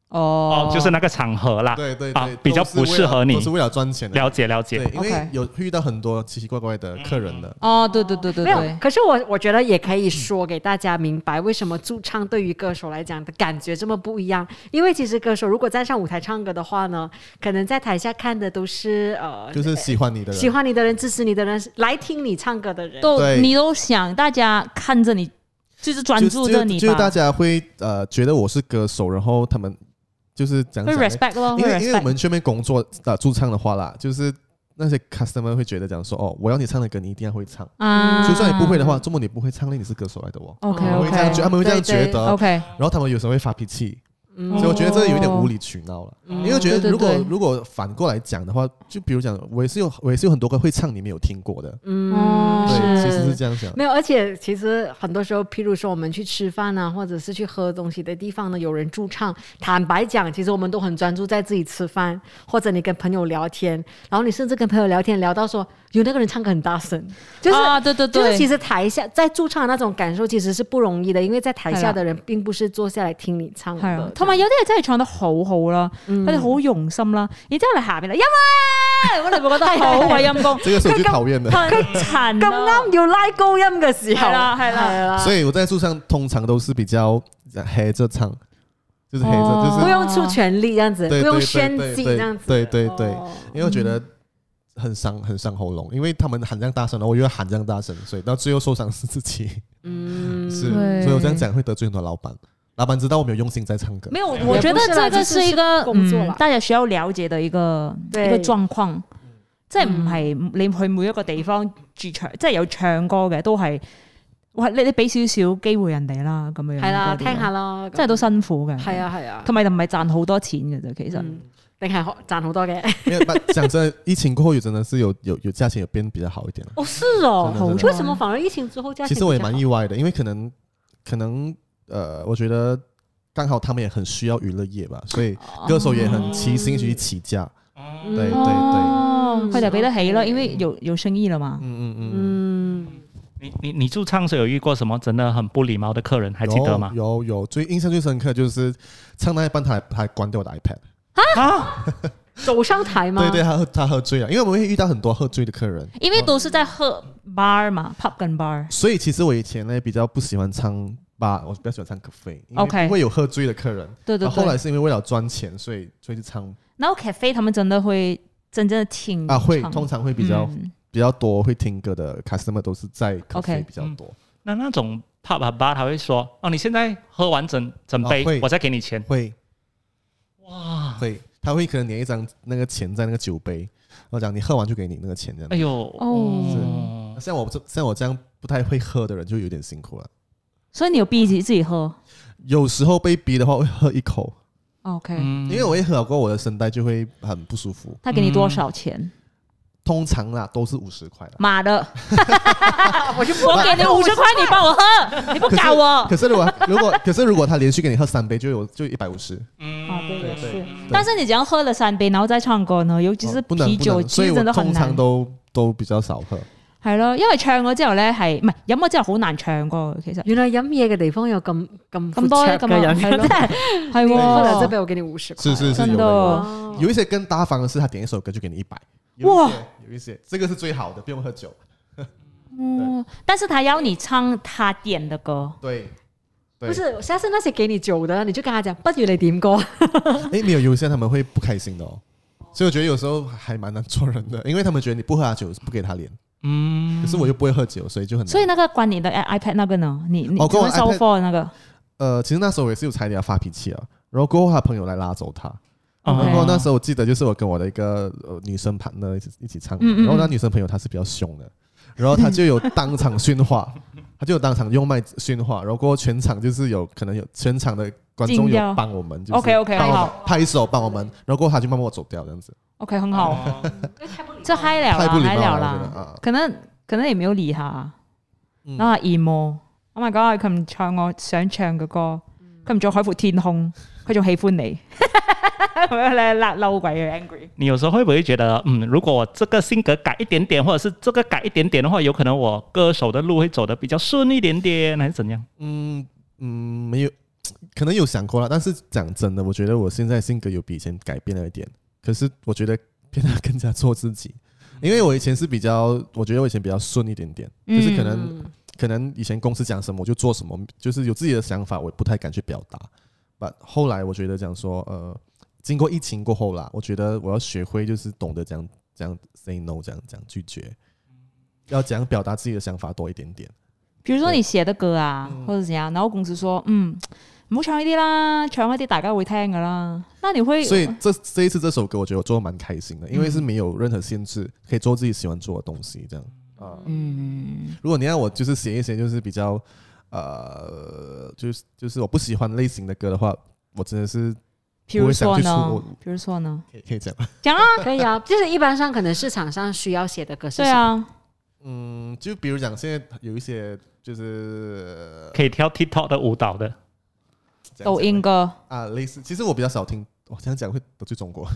S4: 哦
S3: 哦，就是那个场合啦。
S1: 对对
S3: 啊
S1: 对，
S3: 比较
S1: 都是为
S3: 不适合
S1: 了
S3: 你
S1: 都是为了赚钱的。
S3: 了解了解嗯
S1: 对，，因为
S4: OK
S1: 有遇到很多奇奇怪怪的客人的。
S4: 哦，对对对对
S2: 没有
S4: 对，，
S2: 可是我我觉得也可以说给大家明白，为什么驻唱对于歌手来讲的感觉这么不一样。因为其实歌手如果站上舞台唱歌的话呢，可能在台下看的都是
S3: 嗯
S2: 呃，
S1: 就是喜欢你的人，
S2: 喜欢你的人、支持你的人、来听你唱歌的人。
S4: 都
S1: 对
S4: 你都想大家看着你，就是专注着你
S1: 就就就是大
S4: 吧，
S1: 家会呃觉得我是歌手，然后他们就是讲
S4: 会
S1: 讲
S4: respect 咯，会
S1: 因为因为我
S4: respect。
S1: 们这边工作啊驻唱的话啦，就是那些 customer 会觉得讲说哦，我要你唱的歌你一定要会唱，
S4: 啊
S1: 就算你不会的话，周末你不会唱，那你是歌手来的哦。
S4: ，OK
S1: 他们会这样觉，他
S4: OK
S1: 们会这样觉
S2: 对对哦
S1: 得，
S4: OK，
S1: 然后他们有时候会发脾气，
S2: 嗯
S1: 所以我觉得这有一点无理取闹了。
S2: 嗯
S1: 因为我觉得
S4: 对对
S1: 如果
S4: 对
S1: 如果反过来讲的话，就比如讲，我也是有我也是有很多歌会唱你没有听过的，
S2: 嗯，
S1: 对，
S2: 是
S1: 其实是这样想。
S2: 没有，而且其实很多时候，譬如说我们去吃饭啊，或者是去喝东西的地方呢，有人驻唱。坦白讲，其实我们都很专注在自己吃饭，或者你跟朋友聊天，然后你甚至跟朋友聊天聊到说有那个人唱歌很大声，就是、
S4: 啊，对对
S2: 就是
S4: 对，
S2: 其实台下在驻唱的那种感受其实是不容易的，因为在台
S4: 是
S2: 下
S4: 啦
S2: 的人并不是坐下来听你唱
S4: 系啊
S2: 的，，
S4: 同埋有啲係真係唱得好好啦，佢哋好用心啦，然之後你下邊嚟，因為我哋會覺得好鬼陰公，
S1: 这个是我最讨厌的。
S4: 佢塵
S2: 咁
S4: 啊
S2: 啱要拉高音嘅 時候，
S4: 係啦係啦
S2: 係 啦，
S1: 所以我在驻唱通常都是比较呃黑着唱，就是黑着，就是
S2: 哦不用出全力这样子，不
S1: 对
S2: 用
S1: 对
S2: 宣
S1: 对
S2: 技
S1: 对
S2: 这样子，
S1: 对对对
S2: 哦
S1: 因为我觉得很伤很伤喉咙，因为他们喊这样大声，然后我又要喊这样大声，所以到最后受伤是自己。
S2: 嗯，
S1: 是，
S4: 对
S1: 所以我这样讲会得罪很多老板。老板知道我没有用心在唱歌
S4: 没，有，
S3: 没有
S4: 我觉得
S2: 也不是啦
S4: 这个
S2: 就是
S4: 一個
S2: 工作啦
S4: 嗯，大家需要了解的一個
S2: 對
S4: 一個狀況，即係唔係你去每一個地方住唱，即係有唱歌嘅都係，哇！你你俾少少機會人哋啦，咁樣
S2: 係啦，
S4: 嗰啲
S2: 聽下咯，
S4: 真係都辛苦嘅，
S2: 係，啊係啊，
S4: 同埋又唔係賺好多錢嘅啫，其實。
S2: 嗯定係學賺好多嘅，
S1: 没有。but 讲真的，疫情过后有真的是有有有价钱有变比较好一点了。
S4: 哦，是哦，
S1: 真的真的
S2: 為什麼反而疫情之後價錢
S1: 其实我也
S2: 比較
S1: 蛮意外的，因为可能可能呃，我觉得刚好他们也很需要娱乐业吧，所以歌手也很齐心去起价。
S2: 嗯
S1: 对对
S4: 哦，
S2: 嗯
S4: 佢哋俾得起咯，
S2: OK
S4: 因為有有生意了嘛。
S1: 嗯嗯嗯，
S2: 嗯，
S3: 你你你驻唱时有遇过什么真的很不礼貌的客人，还记得吗？
S1: 有有有，最印象最深刻就是唱到一半他还他还关掉我的 iPad。
S3: 啊，
S2: 走上台嗎？
S1: 对对，他喝他喝醉了，因为我们会遇到很多喝醉的客人，
S4: 因為都是在喝 bar 嘛，pub 哦跟 bar。
S1: 所以其实我以前呢比较不喜欢唱吧，我比较喜欢唱 cafe，因为
S4: OK
S1: 会有喝醉的客人。
S4: 對對
S1: 然啊后后
S4: 對
S1: 来。是因为为了赚钱，所以所以就唱
S4: 然后 cafe 他們真的會真正的聽
S1: 啊，会
S4: 嗯唱
S1: 通常会比较、
S4: 嗯
S1: 比较多会听歌的 customer 都是在
S4: OK 嗯
S1: cafe 比较多。
S3: 那那种 pub 和 bar 他会说哦，你现在喝完整整杯
S1: 啊会，
S3: 我再给你钱。
S1: 会
S3: 哇，
S1: 会，他会可能粘一张那个钱在那个酒杯，然后讲你喝完就给你那个钱这样。
S3: 哎呦，
S4: 哦
S1: 像我这像我这样不太会喝的人就有点辛苦了，
S4: 所以你有逼自己自己喝
S1: 有时候被逼的话会喝一口，
S4: 哦，OK？、
S3: 嗯
S1: 因为我一喝过我的声带就会很不舒服。
S4: 他给你多少钱？
S1: 通常啦都是五十块啦。
S4: 妈的，
S2: 我就
S4: 我给你五十块，你帮我喝，你不搞我。
S1: 可是如果如果可是如果他连续给你喝三杯就有就一百五十，
S3: 嗯
S4: 哦，对，也是。
S1: 对
S4: 但是你只要喝了三杯，然后再唱歌呢， 尤其是
S1: 哦不能
S4: 啤
S1: 不
S4: 酒，
S1: 能，
S4: 其
S1: 所以
S4: 實
S1: 我
S4: 真的很
S1: 通
S4: 難
S1: 常。都都比較少喝。
S4: 係咯，因為唱咗之後咧，係唔係飲咗之後好難唱歌嘅，其
S1: 嗯
S4: 實
S2: 原來飲嘢嘅地方有咁咁
S4: 咁多
S2: 闊綽嘅
S4: 咁啊，
S2: 人，
S4: 係咯， 係
S2: 後來這
S4: 喎，
S2: 邊我給你五十塊，
S1: 是是是，
S4: 真
S1: 有的有
S4: 的。
S1: 的
S2: 哦
S1: 有一些更大方的是，他点一首歌就给你一百，有一
S4: 哇
S1: 些有一些，这个是最好的，不用喝酒。
S4: 嗯，但是他要你唱他點的歌，
S1: 对，对
S2: 不是，下次那些给你酒的，你就跟他講，不如你點歌，
S1: 哎，没有有一些他们会不开心的哦，所以我觉得有时候还蛮难做人的，因为他们觉得你不喝他酒不给他脸，
S3: 嗯
S1: 可是我又不会喝酒，所以就很难。
S4: 所以那個關你的哎 iPad 那個呢？你你
S1: 哦
S4: 怎
S1: 跟我
S4: 麼收
S1: iPad-
S4: 貨那個？
S1: 呃，其实那时候我也是有差点要发脾气啊，然后过后他朋友来拉走他，
S3: 嗯
S4: OK
S1: 然后那时候我记得就是我跟我的一个呃女生partner 一起一起唱，
S4: 嗯嗯嗯
S1: 然后那女生朋友她是比较凶的，然后她就有当场训 话，她就有当场用麦训话，然后过后全场就是有可能有全场的观众
S4: 静掉
S1: 有帮我们，就是
S4: OK，OK，
S1: 帮我们
S4: 好
S1: 拍手帮我们，然后过后她就默默走掉这样子，
S4: OK，很好。这嗨了
S1: 哦太
S4: 啦，
S1: 不礼貌
S4: 嗨了
S1: 了，我觉得
S4: 啦，
S1: 啊，
S4: 可能可能也没有理下，
S1: 嗯
S4: 然後 emo。Oh my god！佢唔唱我想唱嘅歌，佢唔再海闊天空，佢仲喜歡你，咁樣咧嬲嬲鬼嘅 angry。
S3: 你有时候会不会觉得，嗯，如果我这个性格改一点点，或者是这个改一点点的话，有可能我歌手的路会走得比较顺一点点，还是怎样？
S1: 嗯嗯，没有，可能有想过了，但是讲真的，我觉得我现在性格有比以前改变了一点，可是我觉得变得更加做自己，因为我以前是比较，我觉得我以前比较顺一点点，就是可能、
S2: 嗯
S1: 可能以前公司讲什么我就做什么，就是有自己的想法，我也不太敢去表达。但后来我觉得讲说，呃，经过疫情过后啦，我觉得我要学会就是懂得讲讲 say no，讲讲拒绝，要讲表达自己的想法多一点点。
S4: 譬如說你寫得歌啊，
S1: 嗯
S4: 或者怎樣，然後公司說嗯唔好唱呢啲啦，唱一啲大家會聽噶啦。那你會
S1: 所以这这一次这首歌，我觉得我做的蛮开心的，因为是没有任何限制，可以做自己喜欢做的东西。这样啊，
S4: 嗯
S1: 如果你让我就是写一些就是比较呃，就是就是我不喜欢类型的歌的话，我真的是
S4: 譬如
S1: 我
S4: 說
S1: 會想去
S4: 呢
S1: 出，
S4: 譬如說呢，
S1: 可以可以讲，
S4: 講 啊，
S2: 可以啊，就是一般上可能市場上需要寫的歌是
S4: 對
S2: 什麼，
S4: 啊，
S1: 嗯，就比如讲现在有一些就是
S3: 可以跳 TikTok 的舞蹈的，
S1: 这样讲
S4: 抖音歌。
S1: 啊，类似，其实我比较少听，我这样讲会得罪 中国。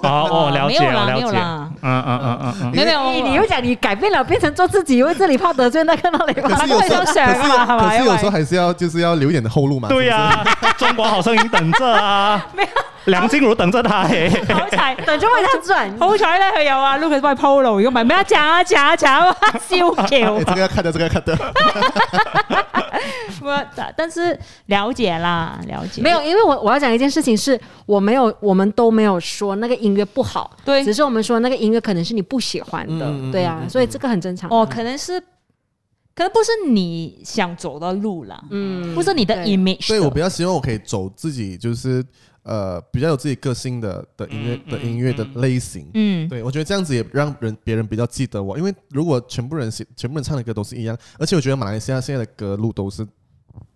S3: 哦，我了
S4: 沒
S3: 解，
S4: 有
S3: 我
S4: 啦，沒
S3: 了
S4: 有
S3: 解，嗯
S4: 啦，
S3: 嗯嗯嗯嗯，
S4: 沒有沒啊有，
S2: 哎你又講你改變了，變成做自己，因為這裡怕得罪那個那裡
S1: 可
S2: 怕
S1: 是有时候，
S4: 都係想
S1: 可是
S4: 啊嘛
S1: 可
S4: 係咪
S1: 是有时候还是要就是要留一点的后路嘛。
S3: 对
S1: 是不是
S3: 呀， 中国好声音等着 啊，
S4: 沒有
S3: 梁静茹等着他嘿，
S4: 好 齊。
S2: 等住為他轉。
S4: 好彩咧，佢有啊 Lucas 幫佢鋪路，如果唔係咩啊一炸炸炸燒
S1: 哎，
S4: 橋
S1: 这个要看的，这个要看
S4: 啊
S1: 的。
S4: 咁啊！但是了解啦，了解
S2: 没有，因为我我要讲一件事情是，我没有，我们都没有说那个音乐不好，
S4: 对
S2: 只是我们说那个音乐可能是你不喜欢的，
S1: 嗯嗯嗯
S2: 对啊，
S1: 嗯嗯
S2: 所以这个很正常。
S4: 哦哦，可能是可能不是你想走的路啦，
S2: 嗯，
S4: 不是你的
S2: 对
S4: image
S1: 所以
S4: 的
S1: 我比较希望我可以走自己就是呃比较有自己个性的的音乐
S3: 嗯
S1: 的
S3: 嗯
S1: 音乐的类型。
S4: 嗯，
S1: 对，我觉得这样子也让人别人比较记得我，因为如果全部人喜全部人唱的歌都是一样，而且我觉得马来西亚现在的歌路都是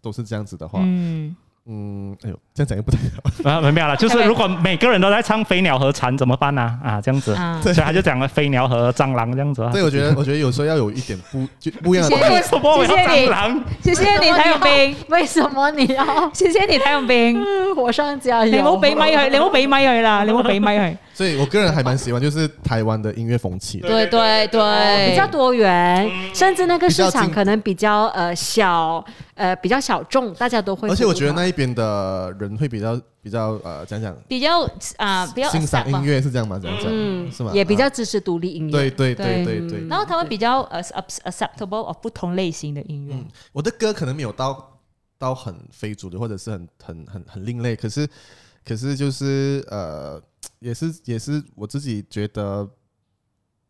S1: 都是这样子的话，
S4: 嗯，
S1: 嗯哎呦，这样讲也不太好。
S3: 啊，没有了，就是如果每个人都在唱飞鸟和蝉怎么办呢、啊？这样子，
S4: 啊，
S3: 所以他就讲了飞鸟和蟑螂这样子啊。
S1: 所以我觉得，我觉得有时候要有一点不就不一样的
S4: 谢谢
S1: 东
S3: 为
S1: 西。
S3: 什么我要蟑螂？
S4: 谢謝你睇個病，
S2: 为什么你要
S4: 謝謝你睇個病，
S2: 火嗯上加油？
S4: 你唔好俾咪 佢，你唔好俾咪佢啦，你唔好俾咪佢。
S1: 所以我个人还蛮喜欢，就是台湾的音乐风气的。
S3: 对对
S2: 哦比较多元，甚至那个市
S1: 比较
S2: 场
S1: 精
S2: 可能比较呃小，呃比较小众，大家都会。
S1: 而且我觉得那一边的人会比较比较呃，讲讲
S4: 比較啊，比較
S1: 欣赏
S4: accept 吧
S1: 音乐是这样吗？讲讲、
S2: 嗯
S1: 是吗？
S2: 也比
S1: 啊
S2: 较支持独立音乐。
S1: 对对对
S4: 对
S1: 对
S2: 嗯
S1: 对，
S4: 然后他们比较呃 acceptable of 不同类型的音乐
S1: 嗯，我的歌可能没有到到很非主流，或者是很很很很另类，可是可是就是呃，也是也是我自己觉得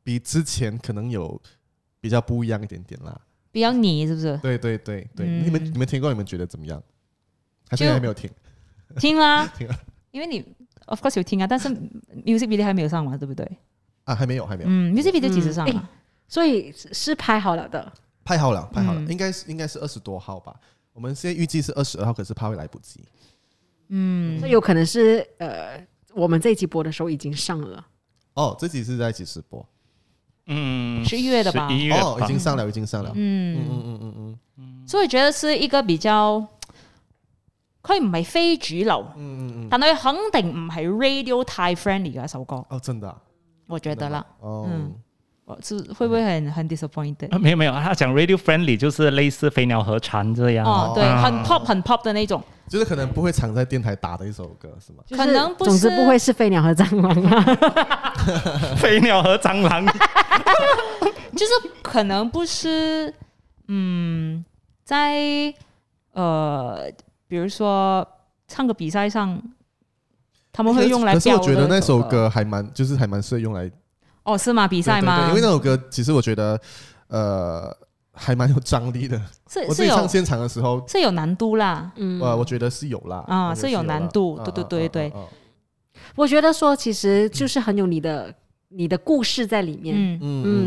S1: 比之前可能有比较不一样一点点啦。
S4: 比较你是不是？
S1: 对对对对，
S4: 嗯
S1: 你们你们听过，你们觉得怎么样？还是
S4: 就
S1: 还没有听？
S4: 听啦
S1: 聽啦，
S4: 因為你 of course 有聽啊，但是 music video 还没有上嘛，對不對？
S1: 啊，还没有，还没有，
S4: 嗯，music video 几时上
S2: 嗯
S4: 啊？
S2: 所以是拍好了的。
S1: 拍好了，拍好了，
S4: 嗯
S1: 应该是应该是二十多号吧。我们现在预计是二十二号，可是怕会来不及。
S4: 嗯
S2: 所以有可能是呃，我们这一集播的时候已经上了。
S1: 哦，这集是在几时播？
S3: 嗯，
S4: 11月的吧
S3: 11月
S1: 哦，已
S3: 吧
S1: 经上了，已经上了。嗯
S4: 嗯
S1: 嗯嗯嗯嗯
S4: 所以覺得是一個比較，佢唔係非主流，
S1: 嗯嗯嗯。
S4: 但佢肯定唔係 radio 太 friendly 嘅一首歌，
S1: 哦，真的啊、
S4: 我覺得啦，
S1: 哦，
S4: 嗯我是會不會很很 disappointed？
S3: 啊没有没有，他讲 radio friendly 就是类似飞鸟和蝉这样。
S4: 哦，對，
S3: 啊
S4: 很 pop 很 pop 的那種，
S1: 就是可能不会常在电台打的一首歌，是吗？
S2: 就是
S4: 可能不
S2: 总之
S4: 是
S2: 不会是飞鸟和蟑螂啊。
S3: 飞鸟和蟑螂，
S4: 就是可能不是，嗯，在呃，比如說唱歌比賽上，他們會用來
S1: 可是
S4: 表
S1: 我觉得
S4: 的
S1: 那首
S4: 歌，
S1: 歌还蛮，就是还蛮适合用来
S4: 哦，是嗎？比賽
S1: 对对对
S4: 嗎？
S1: 因为那首歌其实我觉得，呃，还蛮有张力的。
S4: 是
S1: 我自
S4: 是
S1: 己唱
S4: 有
S1: 现场的时候，
S4: 是有難度啦，
S2: 嗯，
S1: 呃，我觉得是有啦，
S4: 啊
S1: 我觉得
S4: 是有
S1: 啦
S4: 难度
S1: 啊
S4: 对对
S1: 啊
S4: 对
S1: 啊
S4: 对
S1: 啊啊
S2: 我觉得说其实就是很有你的你的故事在里面。
S4: 嗯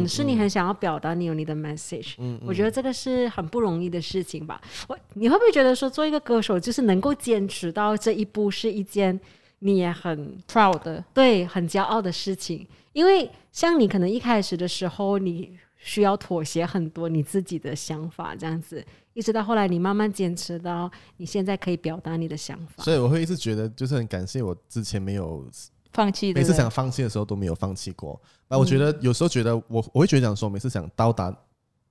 S2: 嗯，是你很想要表达，你有你的 message。
S1: 嗯嗯
S2: 我觉得这个是很不容易的事情吧。我你会不会觉得说，做一个歌手就是能够坚持到这一步是一件你也很
S4: ，proud 的，
S2: 对很骄傲的事情？因为像你可能一开始的时候，你需要妥协很多你自己的想法，这样子，一直到后来你慢慢坚持到你现在可以表达你的想法。
S1: 所以我会一直觉得，就是很感谢我之前没有
S4: 放棄
S1: 每
S4: 對
S1: 次
S4: 不對
S1: 想放弃的时候都没有放弃过。那
S2: 嗯
S1: 我觉得有时候觉得我我会觉得讲说，每次想到达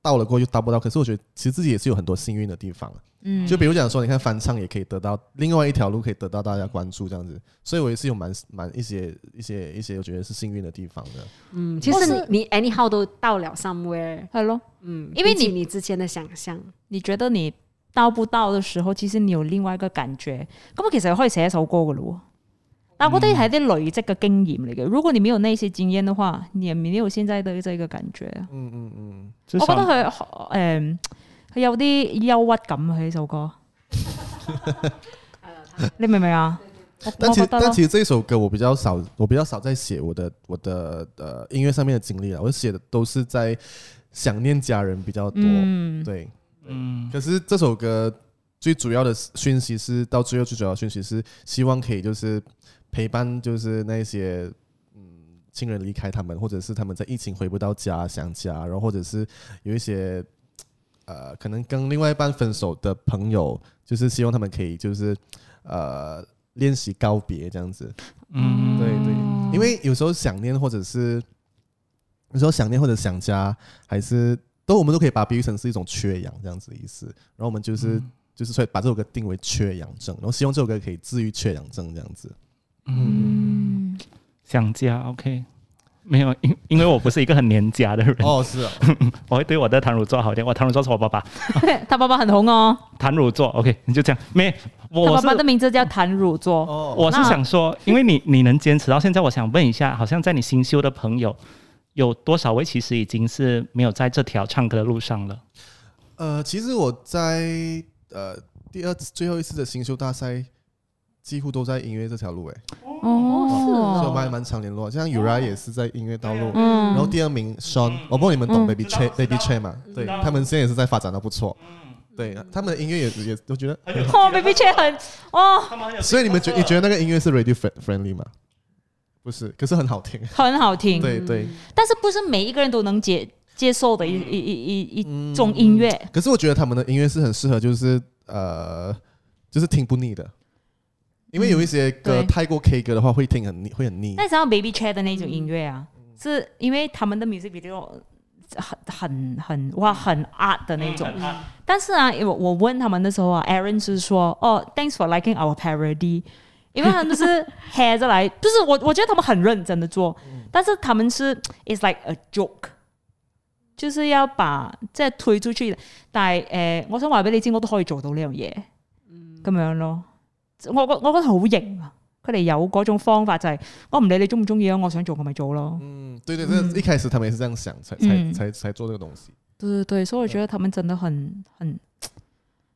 S1: 到了过就到不到，可是我觉得其实自己也是有很多幸运的地方。
S4: 嗯
S1: 就比如讲说，你看翻唱也可以得到另外一条路，可以得到大家关注这样子，所以我也是有蛮蛮一些一些一些，我觉得是幸运的地方的。
S2: 嗯，其
S4: 或
S2: 实
S4: 是
S2: 你你 anyhow 都到了 somewhere。
S4: 係咯，
S2: 嗯，
S4: 因为
S2: 比起
S4: 你
S2: 你之前的想象，
S4: 你覺得你到不到嘅時候，其實你有另外一個感覺，咁其實可以寫一首歌嘅咯喎。
S1: 嗯
S4: 但我覺得係啲累積嘅經驗嚟嘅。如果你沒有那些經驗的話，你也沒有現在的這個感覺啊。
S1: 嗯嗯嗯，
S3: 至
S4: 我覺
S3: 少
S4: 得佢誒，嗯佢有啲憂鬱感啊！佢呢首 歌，你明唔明啊？我
S1: 但
S4: 我
S1: 其
S4: 覺
S1: 实但
S4: 得咯
S1: 其，实这首歌我比较少，我比较少在写我的我的呃音乐上面的经历了，我写的都是在想念家人比较多。
S4: 嗯，
S1: 对，
S3: 嗯，
S1: 可是这首歌最主要的讯息是，到最后最主要的讯息是希望可以就是陪伴，就是那些嗯亲人离开他们，或者是他们在疫情回不到家想家，然后或者是有一些呃可能跟另外一半分手的朋友，就是希望他们可以就是呃练习告别这样子。
S3: 嗯，
S1: 对对，因为有时候想念或者是有时候想念或者想家，还是都我们都可以把它比喻成是一种缺氧这样子的意思。然后我们就是、就是所以把这首歌定为缺氧症，然后希望这首歌可以治愈缺氧症这样子。
S4: 嗯，
S3: 想家，OK。没有，因因为我不是一个很黏家的人，
S1: 哦，是啊，
S3: 我会对我的谭乳座好一点。我谭乳座是我爸爸，
S4: 他爸爸很紅哦，
S3: 谭乳座，OK，你就这样。没，
S4: 他
S3: 我
S4: 爸
S3: 哦是
S4: 爸的名字叫谭汝作，
S1: 哦，
S3: 我是
S4: 那
S3: 想说，因为你你能坚持到现在，我想问一下，好像在你新修的朋友有多少位其实已经是没有在这条唱歌的路上了？
S1: 呃，其实我在呃第二次最后一次的新秀大赛，几乎都在音乐这条路哎，
S4: 哦
S1: 所以我们还蛮常联络。像 Ura 也是在音乐道路，哦
S4: 嗯，
S1: 然后第二名 Sean，我不知道你们懂
S4: 嗯
S1: Baby
S3: 知道
S1: Che
S3: 知
S1: Baby
S3: 道
S1: Che 嘛？对
S3: 知道嗯
S1: 他们现在也是在发展的不错，对他们的音乐也也都觉得。
S3: 很有
S4: 哦，baby 却很哦，
S3: 他们很 有
S1: 所以你们觉你觉
S3: 得
S1: 得那个音乐是 radio friend- friendly 吗？不是，可是很好听。
S4: 很好
S3: 嗯
S4: 听，
S1: 对对，
S4: 但是不是每一个人都能接接受的一一一一一
S1: 嗯
S4: 种音乐，
S1: 可是我觉得他们的音乐是很适合，就是呃，就是听不腻的。因为有一些歌
S4: 嗯对
S1: 太过 K 歌的话，会听很腻，会很腻。
S4: 那你知道 Baby Chair 的那种音乐啊，是因为他们的 music video 很很很哇很 art 的那种。但是啊，我我问他们的时候啊，Aaron 是说哦，thanks for liking our parody。因为他们是 hair 着来，就是我我觉得他们很认真的做，但是他们是 it's like a joke，就是要把即系推出去。但係誒、呃我想話俾你知，我都可以做到呢樣嘢，咁樣咯。我覺我覺得好型啊！佢哋有嗰種方法就係、我唔理你中唔中意啊，我想做我咪做咯。
S1: 嗯，对对，真的一开始他们也是这样想，才才
S4: 嗯
S1: 才才做这个东西。
S4: 對對對，所以我覺得他們真的很很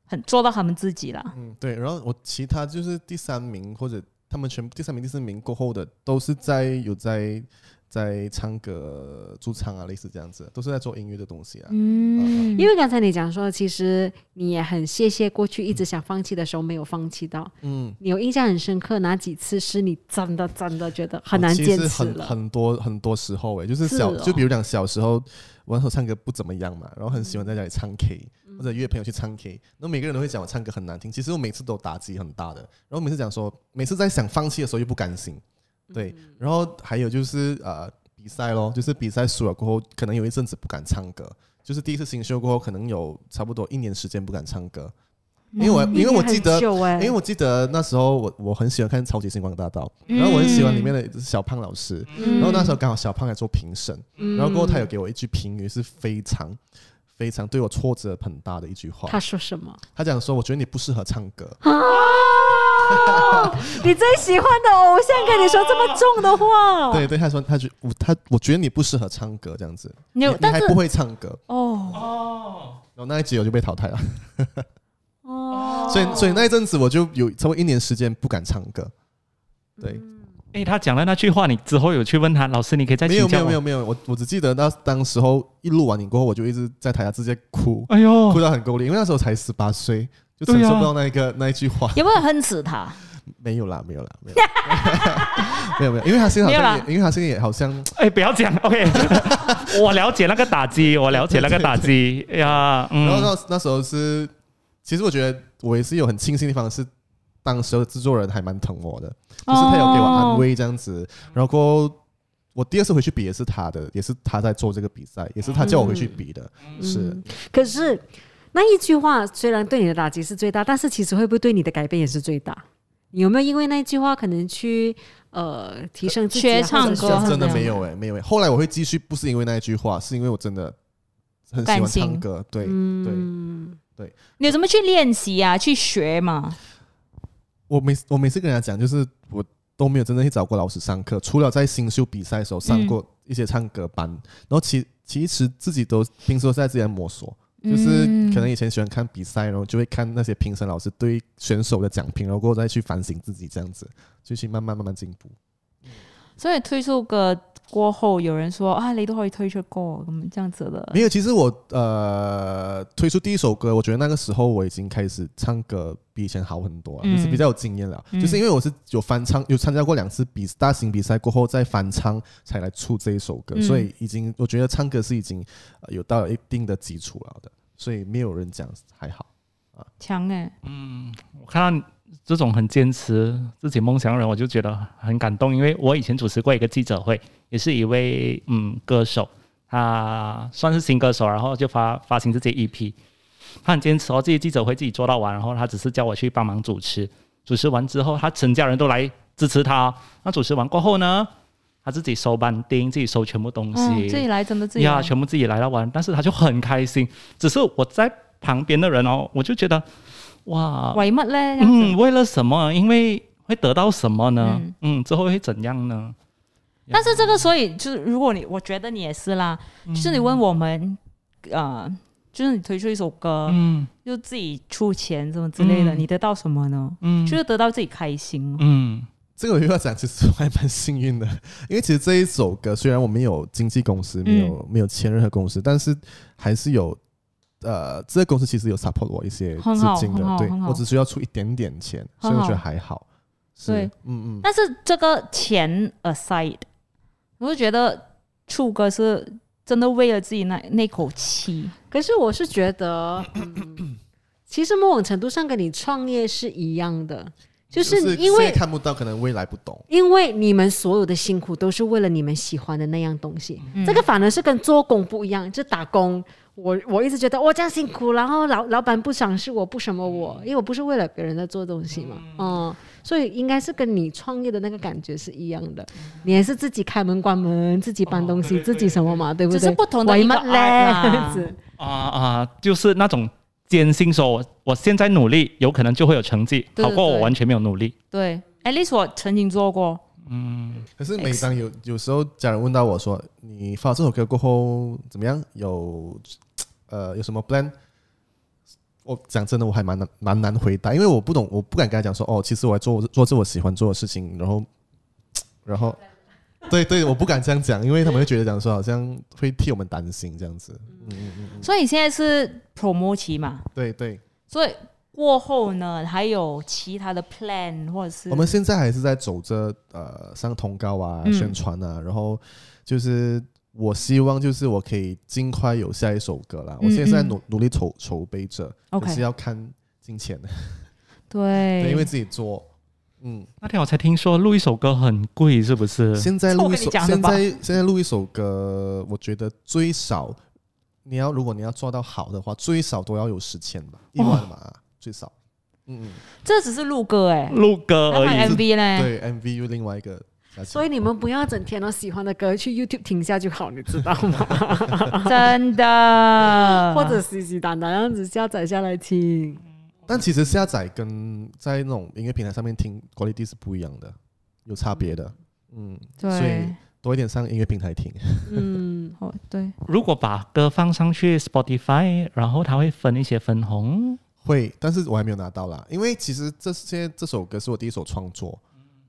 S4: 很做到他們自己啦。
S1: 嗯，对。然后我其他就是第三名或者他们全部第三名、第四名过后的，都是在有在在唱歌、驻唱啊，类似这样子，都是在做音乐的东西啊。
S4: 嗯，
S2: 因为刚才你讲说，其实你也很谢谢过去一直想放弃的时候没有放弃到。
S1: 嗯，
S2: 你有印象很深刻哪几次是你真的真的觉得很
S1: 我
S2: 难
S1: 哦其
S2: 坚
S1: 实
S2: 持
S1: 很
S2: 了？
S1: 很多很多时候诶，就是
S2: 是
S1: 小，
S2: 哦
S1: 就比如讲小时候玩手唱歌不怎么样嘛，然后很喜欢在家里唱 K，、或者约朋友去唱 K，那每个人都会讲我唱歌很难听，其实我每次都打击很大的，然后每次讲说，每次在想放弃的时候又不甘心，对，然后还有就是呃比赛咯，就是比赛输了过后，可能有一阵子不敢唱歌，就是第一次新秀过后，可能有差不多一年时间不敢唱歌，因为我、因为我记得
S2: 很久哎、
S1: 因为我记得那时候我我很喜欢看《超级星光大道》，
S4: 嗯
S1: 然后我很喜欢里面的小胖老师，
S2: 嗯
S1: 然后那时候刚好小胖来做评审，
S2: 嗯
S1: 然后过后他有给我一句评语是非常非常对我挫折很大的一句话
S2: 他，说什么？
S1: 他讲说我觉得你不适合唱歌，
S4: 嗯
S2: 哦，你最喜欢的偶像跟你说这么重的话，
S1: 对对，他说他觉我他我觉得你不适合唱歌这样子，
S4: 你
S1: 你
S4: 有
S1: 你
S4: 但
S1: 还
S4: 是
S1: 不会唱歌，
S4: 哦
S1: 然后那一集我就被淘汰了，
S4: 哦，
S1: 所以所以那一阵子我就有差不多一年时间不敢唱歌，对，
S4: 嗯
S2: 嗯
S3: 哎，他讲了那句话，你之后有去问他老师，你可以再
S1: 没有没
S3: 请教
S1: 有
S3: 我
S1: 没有没有，我我只记得那当时候一录完影过后，我就一直在台下直接哭，
S3: 哎
S1: 哭
S4: 哦
S3: 呦，
S1: 到很够力，因为那时候才十八岁，就承
S3: 对啊
S1: 受不到那一个、 那一句话。
S4: 有没有恨死他？
S1: 没有啦，没有啦，没有啦， 没有没有，因为他现在好像
S4: 没有啦
S1: 也，因为他现在也好像
S3: 哎，不要讲，OK，我了解那个打击，我了解那个打击哎呀，
S1: 然后
S3: 嗯，
S1: 那那时候是，其实我觉得我也是有很庆幸的地方是，当时候的制作人还蛮疼我的，就是他有给我安
S4: 哦
S1: 慰这样
S2: 哦
S1: 子。然后过后我第二次回去比也是他的，也是他在做这个比赛，也是他叫我回去比的，是
S2: 嗯可是那一句话虽然对你的打击是最大，但是其实会不会对你的改变也是最大？你有没有因为那一句话可能去呃提升自己
S4: 学
S2: 啊、
S4: 唱
S2: 或者
S4: 歌
S2: 是
S4: 很
S1: 真的
S4: 难
S1: 没有哎、没有哎、后来我会继续，不是因为那一句话，是因为我真的很喜欢
S4: 甘心
S1: 唱歌，对对。
S2: 嗯，
S4: 你有怎么去练习啊？去学嘛？
S1: 我每我每次跟人家讲，就是我都没有真正去找过老师上课，除了在新秀比赛的时候上过一些唱歌班，然后其其实自己都平时都是在自己在摸索，就是
S4: 嗯
S1: 可能以前喜欢看比赛，然后就会看那些评审老师对选手的讲评，然后过后再去反省自己，这样子就去慢慢慢慢进步。
S4: 所以推出歌过後，有人說啊，你都可以推出歌咁這樣子的。
S1: 没有，其实我呃推出第一首歌，我觉得那个时候我已经开始唱歌比以前好很多了，
S4: 嗯
S1: 就是比较有经验了。
S4: 嗯
S1: 就是因为我是有翻唱，有参加过两次比大型比赛过后再翻唱才来出这一首歌，
S4: 嗯
S1: 所以已经我觉得唱歌是已经、呃有到了一定的基础了的，所以没有人讲还好。
S4: 強嘅。
S3: 我看到这种很坚持自己梦想的人，我就觉得很感动，因为我以前主持过一个记者会，也是一位嗯歌手，他算是新歌手，然后就发发行自己 EP，他很坚持哦，自己记者会自己做到完，然后他只是叫我去帮忙主持，主持完之后，他全家人都来支持他哦、那主持完过后呢，他自己收班丁，自己收全部
S1: 嗯
S3: 东西，
S4: 哦，自己來真的自己
S3: 呀，
S4: 來。
S3: 全部自己来了玩，但是他就很开心。只是我在旁边的人哦，我就觉得哇，
S4: 為乜咧？這樣子
S3: 嗯，为了什么？因为会得到什么呢？
S4: 嗯
S3: 嗯之后会怎样呢？
S4: 但嗯
S2: 嗯
S4: 是这个，所以就是如果你，我觉得你也是啦，就是你问我们，呃，就是你推出一首歌，
S3: 嗯
S4: 就自己出钱什么之类的，
S3: 嗯
S4: 你得到什么呢？
S3: 嗯
S4: 就是得到自己开心。
S3: 嗯
S1: 这个我又要讲，其实我还蛮幸运的， 因为其实这一首歌虽然我没有经纪公司，没
S4: 嗯
S1: 有、没有签任何公司，但是还是有呃，这个公司其实有 support 我一些
S4: 很
S1: 资
S4: 好
S1: 金
S4: 很好
S1: 的，对
S4: 很好
S1: 我只需要出一点点钱，所以
S4: 很
S1: 我
S4: 好
S1: 觉得还好。是
S4: 对，
S1: 嗯嗯，
S4: 但是这个钱 aside，我就觉得出歌是真的为了自己那那口气，
S2: 可是我是觉得，嗯其实某种程度上跟你创业是一样的，就
S1: 就是
S2: 因为
S1: 现在看不到，可能未来不懂。
S2: 因为你们所有的辛苦都是为了你们喜欢的那样东西，
S4: 嗯
S2: 这个反而是跟做工不一样，就打工。我我一直觉得我、哦这样辛苦，然后老老板不赏识我，不什么我，
S4: 嗯
S2: 因为我不是为了别人在做东西嘛，嗯，所以应该是跟你创业的那个感觉是一样的，
S4: 嗯
S2: 你也是自己开门关门，自己搬
S4: 哦
S2: 东西，自己什么嘛，对不
S4: 只
S2: 对？
S4: 是不同的一个
S2: 我
S4: art
S2: 一抹嘞这
S4: 啦
S2: 样子
S3: 啊啊，就是那种坚信说我我现在努力，有可能就会有成绩，
S4: 对对
S3: 好过我
S4: 对
S3: 完全没有努力。
S4: 对，at least 我曾经做过，
S1: 可是每当有有时候家人问到我说，你发这首歌过后怎么样？有呃有什么 plan？我讲真的，我还蛮难蛮难回答，因为我不懂，我不敢跟他讲说哦，其实我还做做这我喜欢做的事情，然后然后对对，我不敢这样讲，因为他们会觉得讲说好像会替我们担心这样子。嗯
S4: 所以你现在是 promo 期嘛，
S1: 对对，
S4: 所以过后呢还有其他的 plan 或者是
S1: 我们现在还是在走着呃上通告啊、
S4: 嗯
S1: 宣传啊，然后就是我希望就是我可以尽快有下一首歌啦。我现在是在
S4: 嗯嗯
S1: 努努力筹筹备着，可
S4: OK 哎
S1: 是要看金钱的，
S4: 对，
S1: 对，因为自己做。嗯，
S3: 那天我才听说录一首歌很贵，是不是？
S1: 现在录一
S4: 这我跟
S1: 首，
S4: 你讲的
S1: 现
S4: 吧
S1: 在现在录一首歌，我觉得最少你要如果你要做到好的话，最少都要有十千
S4: 哦
S1: 吧，一万嘛，最少。嗯，
S4: 这只是录歌哎、
S3: 录歌
S4: 那
S3: 而
S4: 拍
S3: 已，
S4: MV
S1: 嗯，
S4: 呢？
S1: 对，MV 又另外一个价钱，
S2: 所以你们不要整天都哦喜欢的歌去 YouTube 听一下就好，你知道 吗？
S4: 真的，
S2: 或者洗洗胆胆样子下载下来听。
S1: 但其实下载跟在那种音乐平台上面听 quality 是不一样的，有差别的。嗯，所以
S4: 对，
S1: 多一点上音乐平台听。
S2: 嗯，
S4: 哦对，
S3: 如果把歌放上去 Spotify，然后它会分一些分红。
S1: 会，但是我还没有拿到啦，因为其实这些这首歌是我第一首创作，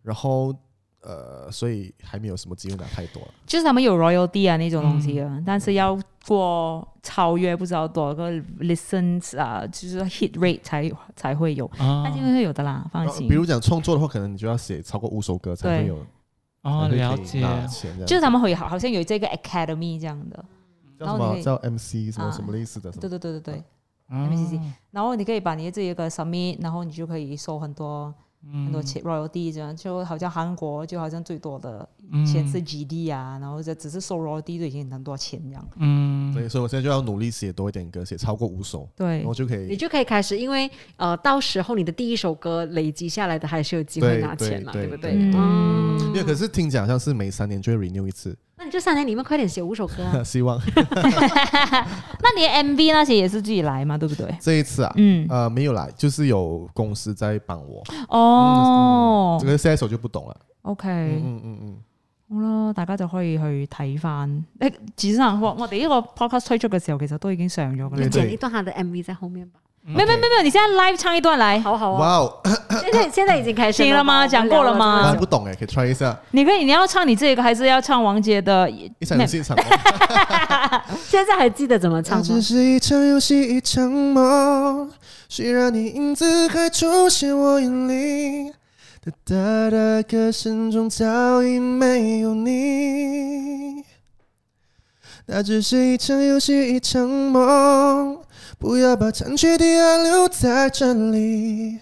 S1: 然后呃，所以还没有什么机会拿太多了。
S4: 就是他们有 royalty 啊那种东西啊，
S1: 嗯
S4: 但是要过超越不知道多少个 listens 啊，就是 hit rate 才才会有，
S3: 啊
S4: 那一定会有的啦，放
S1: 然后嗯
S4: 心
S1: 哦比。如讲创作的话，可能你就要写超过五首歌才会
S4: 对
S1: 有，
S3: 哦，
S1: 才会
S3: 了
S1: 可以
S3: 解。
S1: 拿钱这样
S4: 就是他们会好好像有这个 academy 这样的，
S1: 叫什
S4: 然后你可
S1: 么
S4: 以
S1: 叫 MC 什么
S4: 啊
S1: 什么类似的什
S4: 对
S1: 么，
S4: 对对对对。
S3: 嗯
S4: MCC 然后你可以把你自己的歌 submit，然后你就可以收很多、很多钱 royalty 这样，就好像韩国就好像最多的以前是 GD 啊，然后这只是收 royalty 就已经很多钱这样。
S3: 嗯，
S1: 所以所以我现在就要努力写多一点歌，写超过五首，
S4: 对
S1: 然后就可
S2: 你
S1: 以。
S2: 就可以开始，因为呃，到时候你的第一首歌累积下来的，还是有机会
S1: 对
S2: 拿钱嘛，
S1: 对
S2: 对不对
S1: 对？
S2: 嗯
S1: 因为可是听讲好像是每三年就会 renew 一次，，
S2: 那你这三年里面快点写五首歌 啊
S1: 希 望
S4: 那你的 MV 那些也是自己来嘛，对不对？
S1: 这一次啊，
S4: 嗯，
S1: 呃，没有啦，就是有公司在帮我。
S4: 哦
S1: 这个下一首就不懂了。
S2: 哦
S4: ，OK，
S1: 嗯嗯嗯嗯，
S4: 好啦，大家就可以去睇翻。誒，子生，啊我我哋呢個 podcast 推出嘅時候，其實都已經上咗噶啦
S1: 對。
S2: 剪一段他的 MV 在后面吧。
S4: 沒有沒有沒有，你現在 live 唱一段嚟，
S2: 好好啊，
S1: 哇 哦，
S2: 现在现在已经开 始
S4: 行了吗
S2: 我们
S4: 讲过了吗
S1: 我
S2: 聊
S1: 还
S2: 这么
S1: 不
S2: 久
S1: 懂哎，可以 try 一下，
S4: 你可以你要唱你自己嘅，還是要唱王傑的？
S1: 一 场游戏一场梦。
S2: 现在还记得怎么唱
S5: 它只
S2: 吗？
S5: 是一场游戏，一场梦。虽然你影子还出现我眼里，哒哒哒，歌声中早已没有你。那只是一场游戏，一场梦。不要把残缺的爱留在这里，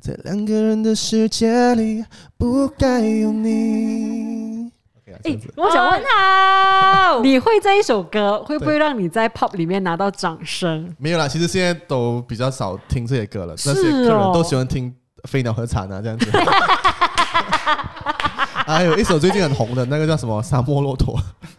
S5: 在两个人的世界里，不该有你。
S1: OK 啊这
S2: 哎
S1: 样子，
S2: 我想问
S4: 很，好，
S2: 你会这一首歌会不会让你在 pop 里面拿到掌 声？
S1: 没有啦，其实现在都比较少听这些歌了，
S2: 是
S1: 那
S2: 哦
S1: 些客人都喜欢听《飞鸟和蝉》啊，这 样子。还有一首最近很红的那个叫什么《沙漠骆 驼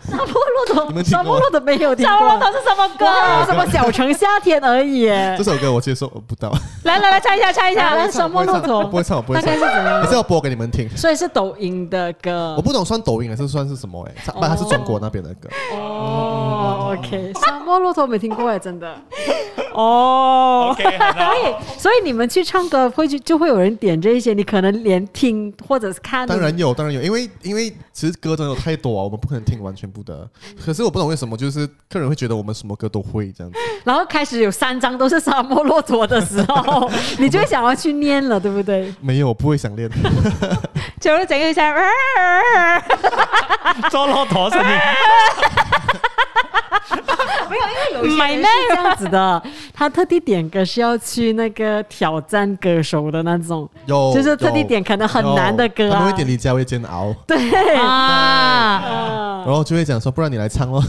S2: 沙漠骆
S1: 你
S2: 驼，
S1: 们听过
S2: 沙漠骆驼没有听
S4: 沙
S2: 过
S4: 漠。头是什麼
S2: 我还
S4: 歌？
S2: 有什么小城夏天而已？》
S1: 这首歌我接受不到，
S4: 来来来，唱一下，唱一下，来什么路
S1: 我不
S4: 头
S1: 会？唱，我不会
S2: 大
S1: 唱
S2: 概，是怎样
S1: 还？是要播给你们听。
S2: 所以是抖音的歌
S1: 我不懂算抖音还是算是什么哎、它不，它是中国那边的歌。
S2: 哦。OK，沙漠骆驼没听过哎，真的。哎
S4: 哦，
S3: OK，好的。
S2: 所以你们去唱歌会就就会有人点这一些，你可能连听或者是看。
S1: 当然有，当然有，因为因为其实歌真的有太多啊，我们不可能听完全部的。可是我不懂为什么，就是客人会觉得我们什么歌都会这样子。
S2: 然后开始有三张都是沙漠骆驼的时 候，你就会想要去念了，对不对？
S1: 没有，我不会想练。
S4: 最后整一声，
S3: 做骆驼生意，
S2: 有些人是这样子的，他特地点歌是要去那个挑战歌手的那种，
S1: 有，
S2: 就是特地
S1: 有
S2: 点可能很
S1: 有
S2: 难的歌
S1: 他们
S2: 啊
S1: 会。点李佳薇《煎熬》，
S2: 对
S4: 啊，
S2: 啊，
S1: 然后就会讲说，不然你来唱咯。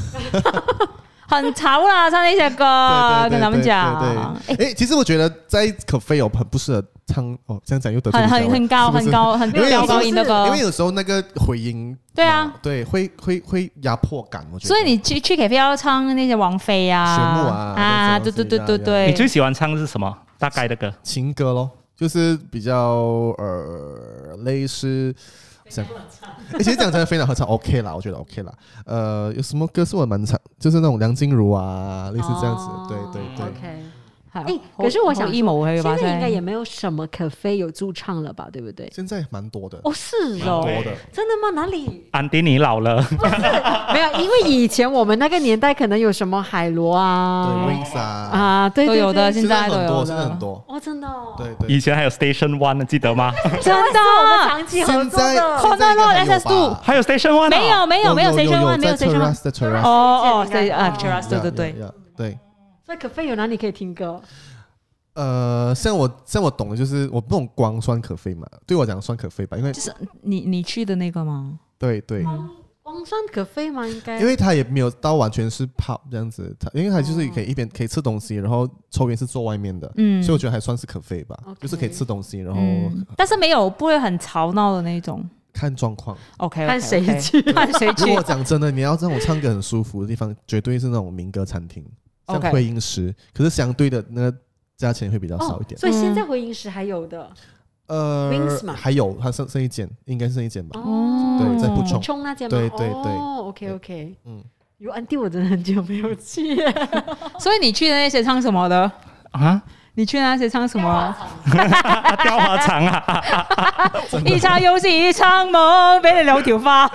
S4: 很潮啦，唱那些 歌，哦跟他们讲，
S1: 对对。哎，其实我觉得在可菲有很不适合唱哦，这样讲又得罪
S4: 很
S1: 李佳
S4: 很
S1: 薇
S4: 很高
S1: 是不是
S4: 很高很
S1: 因为有
S4: 飙
S1: 时
S4: 高
S1: 候
S4: 音的
S1: 因
S4: 歌
S1: 为，有时候那个回音，
S4: 对啊，
S1: 对，会会会压迫感，我觉得。
S4: 所以你去去 K 要唱那些王菲啊，
S1: 旋律啊
S4: 啊，
S1: 这
S4: 对
S1: 种东西
S4: 对对 对
S3: 你最
S4: 对，
S3: 喜欢唱的是什么？大概的歌，
S1: 情歌咯，就是比较呃类似像，诶其实讲真的，非常合唱 OK 啦，我觉得 OK 啦。呃，有什么歌是我蛮常，就是那种梁静茹啊，类似这样子，
S4: 哦
S1: 对对对。
S2: OK。
S4: 哎
S2: 哎可是我想
S4: 一模会
S2: 现
S4: 吧，
S2: 在应该也没有什么可菲有驻唱了吧，对不对？
S1: 现在蛮多的，
S2: 哦，是哦，
S1: 蛮多的。
S2: 真的吗？哪里
S3: 安迪你老了，
S2: 没有？因为以前我们那个年代可能有什么海螺
S1: 对
S2: 啊
S1: Wings 啊，
S2: 啊，对
S4: 都
S2: 对
S4: 有的
S2: 对
S1: 现在很多，
S4: 哦
S1: 现
S4: 现在
S1: 在
S4: 都有
S1: 很多，
S2: 哦，真的哦，
S1: 对
S3: 以
S1: 对。
S3: 前还有 Station One 呢，记得吗？
S4: 真的哦
S2: 我们长期合
S1: 现
S2: 作
S1: 在
S2: 的。
S1: 现在应该还有
S4: Corner
S1: 吧？
S4: Road
S1: 哦
S3: 还有 Station One 啊
S4: 没有哎没有没有谁说话，没有
S1: 在
S4: 谁说话
S1: Terrace，在 Terrace，
S4: 哦哦，
S2: 在
S4: 对啊
S2: Terrace
S4: ，Terrace，对对对，
S1: 呀，呀对。
S2: 所以可菲有哪里可以听歌？
S1: 呃，像我像我懂的就是我不懂光酸可菲嘛，对我讲酸可菲吧，因为
S4: 就是你你去的那个吗？
S1: 对对，
S2: 光算可菲吗？应该
S1: 因为他也没有到完全是 pop 这样子，他因为他就是
S2: 哦
S1: 可以一边可以吃东西，然后抽烟是坐外面的，
S4: 嗯
S1: 所以我觉得还算是可菲吧
S2: OK
S1: 就是可以吃东西，然后
S4: 嗯，但是没有不会很吵闹的那种。
S1: 看状况。
S4: OK，
S2: 看谁去。
S4: 看谁去
S1: 如果讲真的，你要这种唱歌很舒服的地方，绝对是那种民歌餐厅，像
S4: OK
S1: 会阴室，可是相对的那个价钱会比较少一点。
S2: 哦所以现在回音室还有的，Wings
S1: 呃，
S2: 嘛
S1: 还有它剩剩一间，应该是剩一间吧。
S2: 哦，
S4: 嗯
S1: 对在不冲
S2: 冲那间吗？
S1: 对对对
S2: 哦，OK OK，嗯
S1: 嗯，
S2: 有安迪我真的很久没有去，
S4: 所以你去的那些唱什么的？
S3: 啊，
S4: 你去那些唱什么？
S3: 啊雕花厂啊，
S4: 一场游戏一场梦，俾你两条花。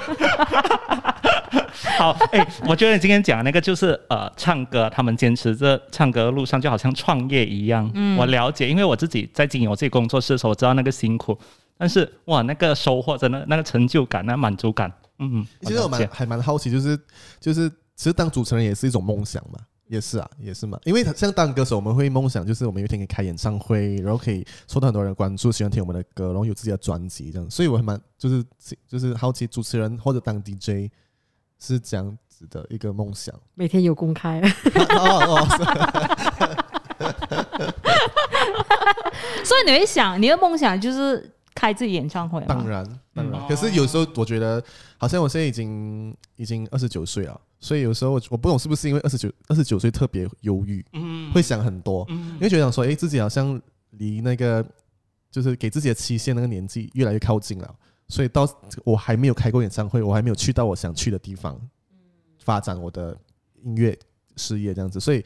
S3: 好，哎、我觉得你今天讲的那个就是呃，唱歌，他们坚持这唱歌的路上就好像创业一样。
S4: 嗯
S3: 我了解，因为我自己在经营我自己工作室的时候，我知道那个辛苦，但是哇，那个收获真的那个成就感、那满足感，嗯，
S1: 其实我
S3: 了
S1: 蛮
S3: 解
S1: 还蛮好奇，就是就是，其实当主持人也是一种梦想嘛，也是啊，也是嘛。因为像当歌手，我们会梦想就是我们有一天可以开演唱会，然后可以受到很多人的关注，喜欢听我们的歌，然后有自己的专辑这样。所以我还蛮就是就是好奇，主持人或者当 DJ 是这样子的一个梦想。
S2: 每天有公开，
S1: 哦哦，
S4: 所以你会想，你的梦想就是开自己演唱会吗？
S1: 当然当然。可是有时候我觉得，好像我现在已经已经二十九岁了。所以有时候我我不懂是不是因为二十九二十九岁特别忧郁，
S3: 嗯
S1: 会想很多，
S3: 嗯
S1: 因为觉得想说，哎、自己好像离那个就是给自己的期限那个年纪越来越靠近了，所以到我还没有开过演唱会，我还没有去到我想去的地方，
S2: 嗯
S1: 发展我的音乐事业这样子，所以，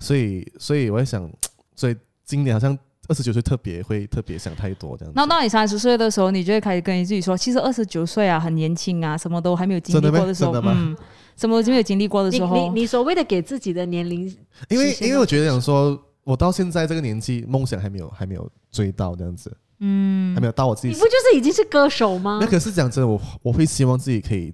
S1: 所以，所以我在想，所以今年好像二十九岁特别会特别想太多这样子。
S4: 那到你三十岁的时候，你就会开始跟你自己说，其实二十九岁啊，很年轻啊，什么都还没有经历
S1: 真的
S4: 过
S1: 吗
S4: 的时候，
S1: 真的吗
S4: 嗯，什么都没有经历过的
S2: 你
S4: 时
S2: 你
S4: 候，
S2: 你所谓的给自己的年龄，
S1: 因为
S2: 期限
S1: 因为我觉得想说，我到现在这个年纪，梦想还没有还没有追到这样子，嗯，还没有到我自己
S2: 你不就是已经是歌手吗
S1: 那？可是讲真的，我我会希望自己可以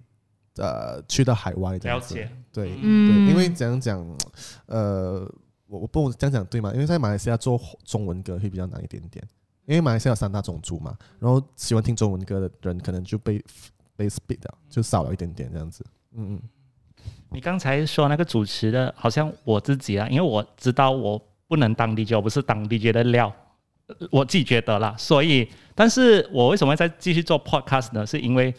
S1: 呃去到海外这样子
S3: 了解，
S1: 对、
S4: 嗯
S1: 对，因为讲讲呃，我我不讲讲对吗？因为在马来西亚做中文歌会比较难一点点，因为马来西亚有三大种族嘛，然后喜欢听中文歌的人可能就被被 split 掉，
S3: 嗯
S1: 就少了一点点这样子。嗯嗯，
S3: 你刚才说那个主持的，好像我自己啊，因为我知道我不能当 DJ，我不是当 DJ 的料，呃我自己觉得啦。所以，但是我为什么再继续做 podcast 呢？是因为，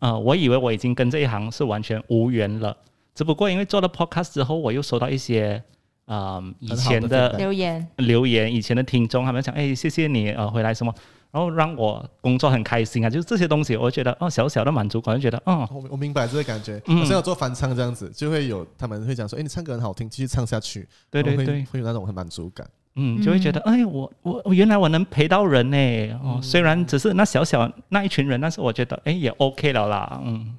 S3: 呃，我以为我已经跟这一行是完全无缘了，只不过因为做了 podcast 之后，我又收到一些。嗯以
S1: 很好的
S3: 前的
S1: feedback
S4: 留言，
S3: 留言，以前的听众他们讲，哎，谢谢你呃回来什么，然后让我工作很开心啊，就是这些东西，我觉得哦小小的满足感，就觉得哦
S1: 我我明白这个感觉，
S3: 嗯
S1: 好像有做翻唱这样子，就会有他们会讲说，哎，你唱歌很好听，继续唱下去，
S3: 对对
S1: 然后会
S3: 对，
S1: 会有那种很满足感。
S3: 嗯，就会觉得哎我我我原来我能陪到人呢，哦虽然只是那小小那一群人，但是我觉得哎也 OK 了啦， 嗯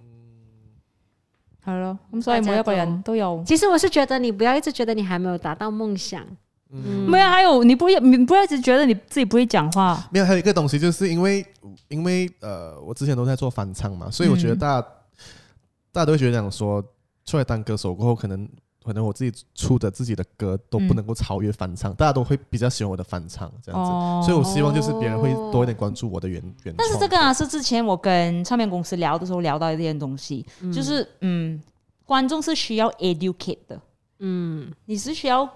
S4: 系咯，咁所以
S2: 大家
S4: 每一個人
S2: 就
S4: 都有。
S2: 其实我是觉得你不要一直觉得你还没有达到梦想，嗯
S4: 没有，还有你不要，你不要一直觉得你自己不会讲话，
S1: 没有，还有一个东西，就是因为因为呃，我之前都在做翻唱嘛，所以我觉得
S4: 嗯
S1: 大家、大家都会觉得讲说，出来当歌手过后，可能可能我自己出的自己的歌都不
S4: 嗯
S1: 能够超越翻唱，大家都会比较喜欢我的翻唱这样子。
S4: 哦
S1: 所以，我希望就是别人会多一点关注我的原原创。
S4: 但是这个啊，是之前我跟唱片公司聊的时候聊到一点东西，就是嗯，观众是需要 educate 的，
S2: 嗯，
S4: 你是需要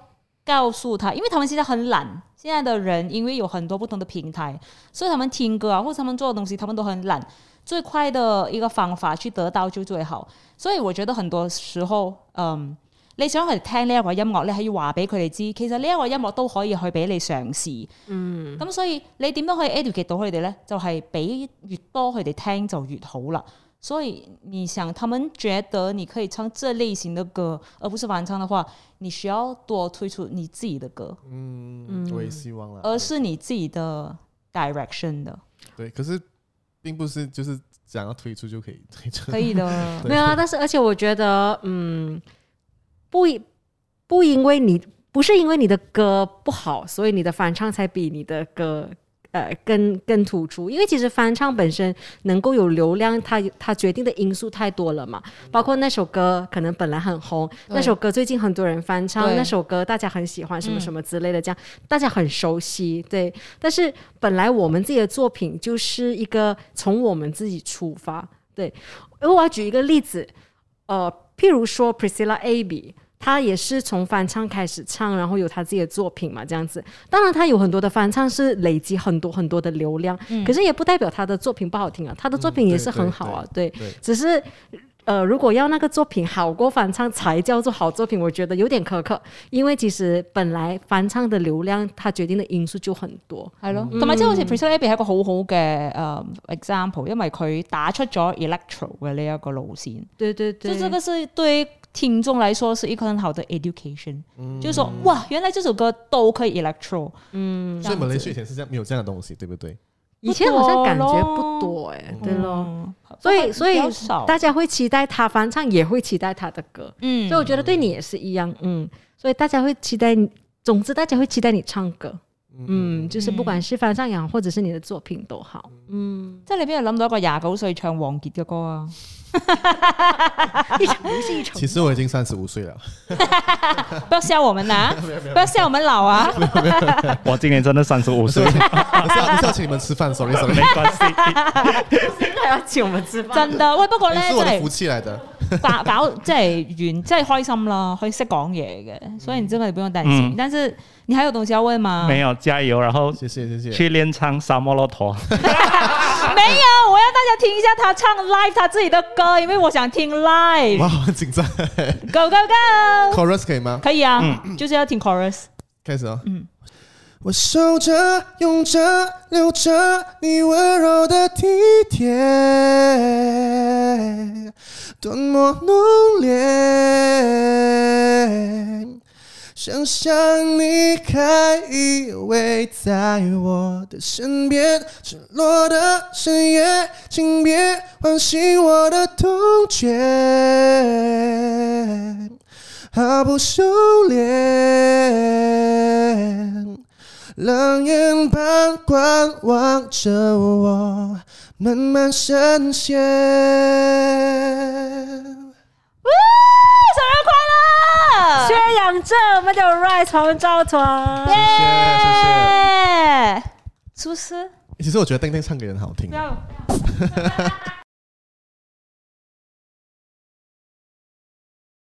S4: 告诉他，因为他们现在很懒，现在的人因为有很多不同的平台，所以他们听歌啊，或者他们做的东西，他们都很懒。最快的一个方法去得到就最好，所以我覺得很多時候，嗯，你想佢哋聽呢一個音樂，你係要話俾佢哋知，其實呢一個音樂都可以去俾你嘗試。嗯，咁所以你點樣可以 educate 到佢哋咧？就係、俾越多佢哋聽就越好啦。所以你想，他們覺得你可以唱這類型的歌，而不是翻唱的話，你需要多推出你自己的歌，
S1: 嗯，我也希望啦。
S4: 而是你自己的 direction 的，
S1: 对，可是并不是就是想要推出就可以推出。
S4: 可以的。
S1: 对
S2: 没有啊。但是而且我觉得，嗯，不以不因为你不是因为你的歌不好，所以你的翻唱才比你的歌。呃，更更突出，因为其实翻唱本身能够有流量，它它决定的因素太多了嘛，包括那首歌可能本来很红，
S4: 对
S2: 那首歌最近很多人翻唱，
S4: 对
S2: 那首歌大家很喜欢，什么什么之类的，这样、大家很熟悉，对。但是本来我们自己的作品就是一个从我们自己出发，对。而我要举一个例子，呃，譬如说 Priscilla Ab，她也是从翻唱开始唱，然后有她自己的作品嘛，这样子。当然，她有很多的翻唱是累积很多很多的流量，可是也不代表她的作品不好听啊，她的作品
S1: 嗯
S2: 也
S1: 对
S2: 是很好啊，对
S1: 对
S2: 只是。呃，如果要那个作品好过翻唱才叫做好作品，我觉得有点苛刻，因为其实本来翻唱的流量它决定的因素就很多。
S4: 係咯，同埋即係好似 Priscilla Abby 係一個好好嘅誒 example，因為佢打出咗 electro 嘅呢一個路線，
S2: 对对
S4: 就
S2: 对，
S4: 這個是對聽眾來說是一個很好的 education，、就是說哇，原來這首歌都可以 electro，嗯，
S1: 所以
S4: 這
S1: 马
S4: 樣
S1: 来
S4: 子
S1: 西亚以前是这样没有这样的东西，对不 对？
S2: 以前好像感觉不多哎、对咯。
S4: 嗯
S2: 所以所以
S4: 比較少
S2: 大家会期待他翻唱，也会期待他的歌，
S4: 嗯
S2: 所以我觉得对你也是一样，嗯，所以大家会期待你，总之大家会期待你唱歌，嗯，就是不管是翻唱也好，或者是你的作品都好，嗯，
S4: 即係你邊度諗到一個廿九歲唱王傑嘅歌啊？
S2: 一场不嗯是一场
S1: 其实我已经三十五岁了，
S4: 不要笑我們啊！不要笑我們老啊！
S3: 我今年真的三十五岁 啊
S1: 所以，我是要我是要请你们吃饭，sorry sorry，
S3: 没关 系。
S2: 他要请我们吃饭，
S4: 真的喂，不過咧
S1: 哎是
S4: 真
S1: 我的
S4: 係
S1: 福。气来的。
S4: 搞搞即係完，即係開心啦，可以識講嘢嘅，所以你真係不用擔心。
S3: 嗯
S4: 但是你還有東西要問嗎？
S3: 没有加油，然后
S1: 谢谢谢谢。
S3: 去练唱《沙漠骆驼》
S4: 没有，我要大家听一下他唱 live 他自己的歌，因为我想听 live。
S1: 哇，很紧张。
S4: Go go go！
S1: Chorus 可以吗？
S4: 可以啊，就是要听 chorus。
S1: 开始哦。
S5: 我守着、拥着、留着你温柔的体贴，多么浓烈。想象你还依偎在我的身边，赤裸的深夜，请别唤醒我的痛觉，毫不收敛。冷眼旁观望着我，慢慢深陷。
S4: 哇，生日快乐！
S2: 缺氧症，我们的 Rise 黄兆团，
S1: 谢
S4: 耶！是不是？
S1: 谢。其实我觉得丁丁唱歌也很好听
S4: 不。要。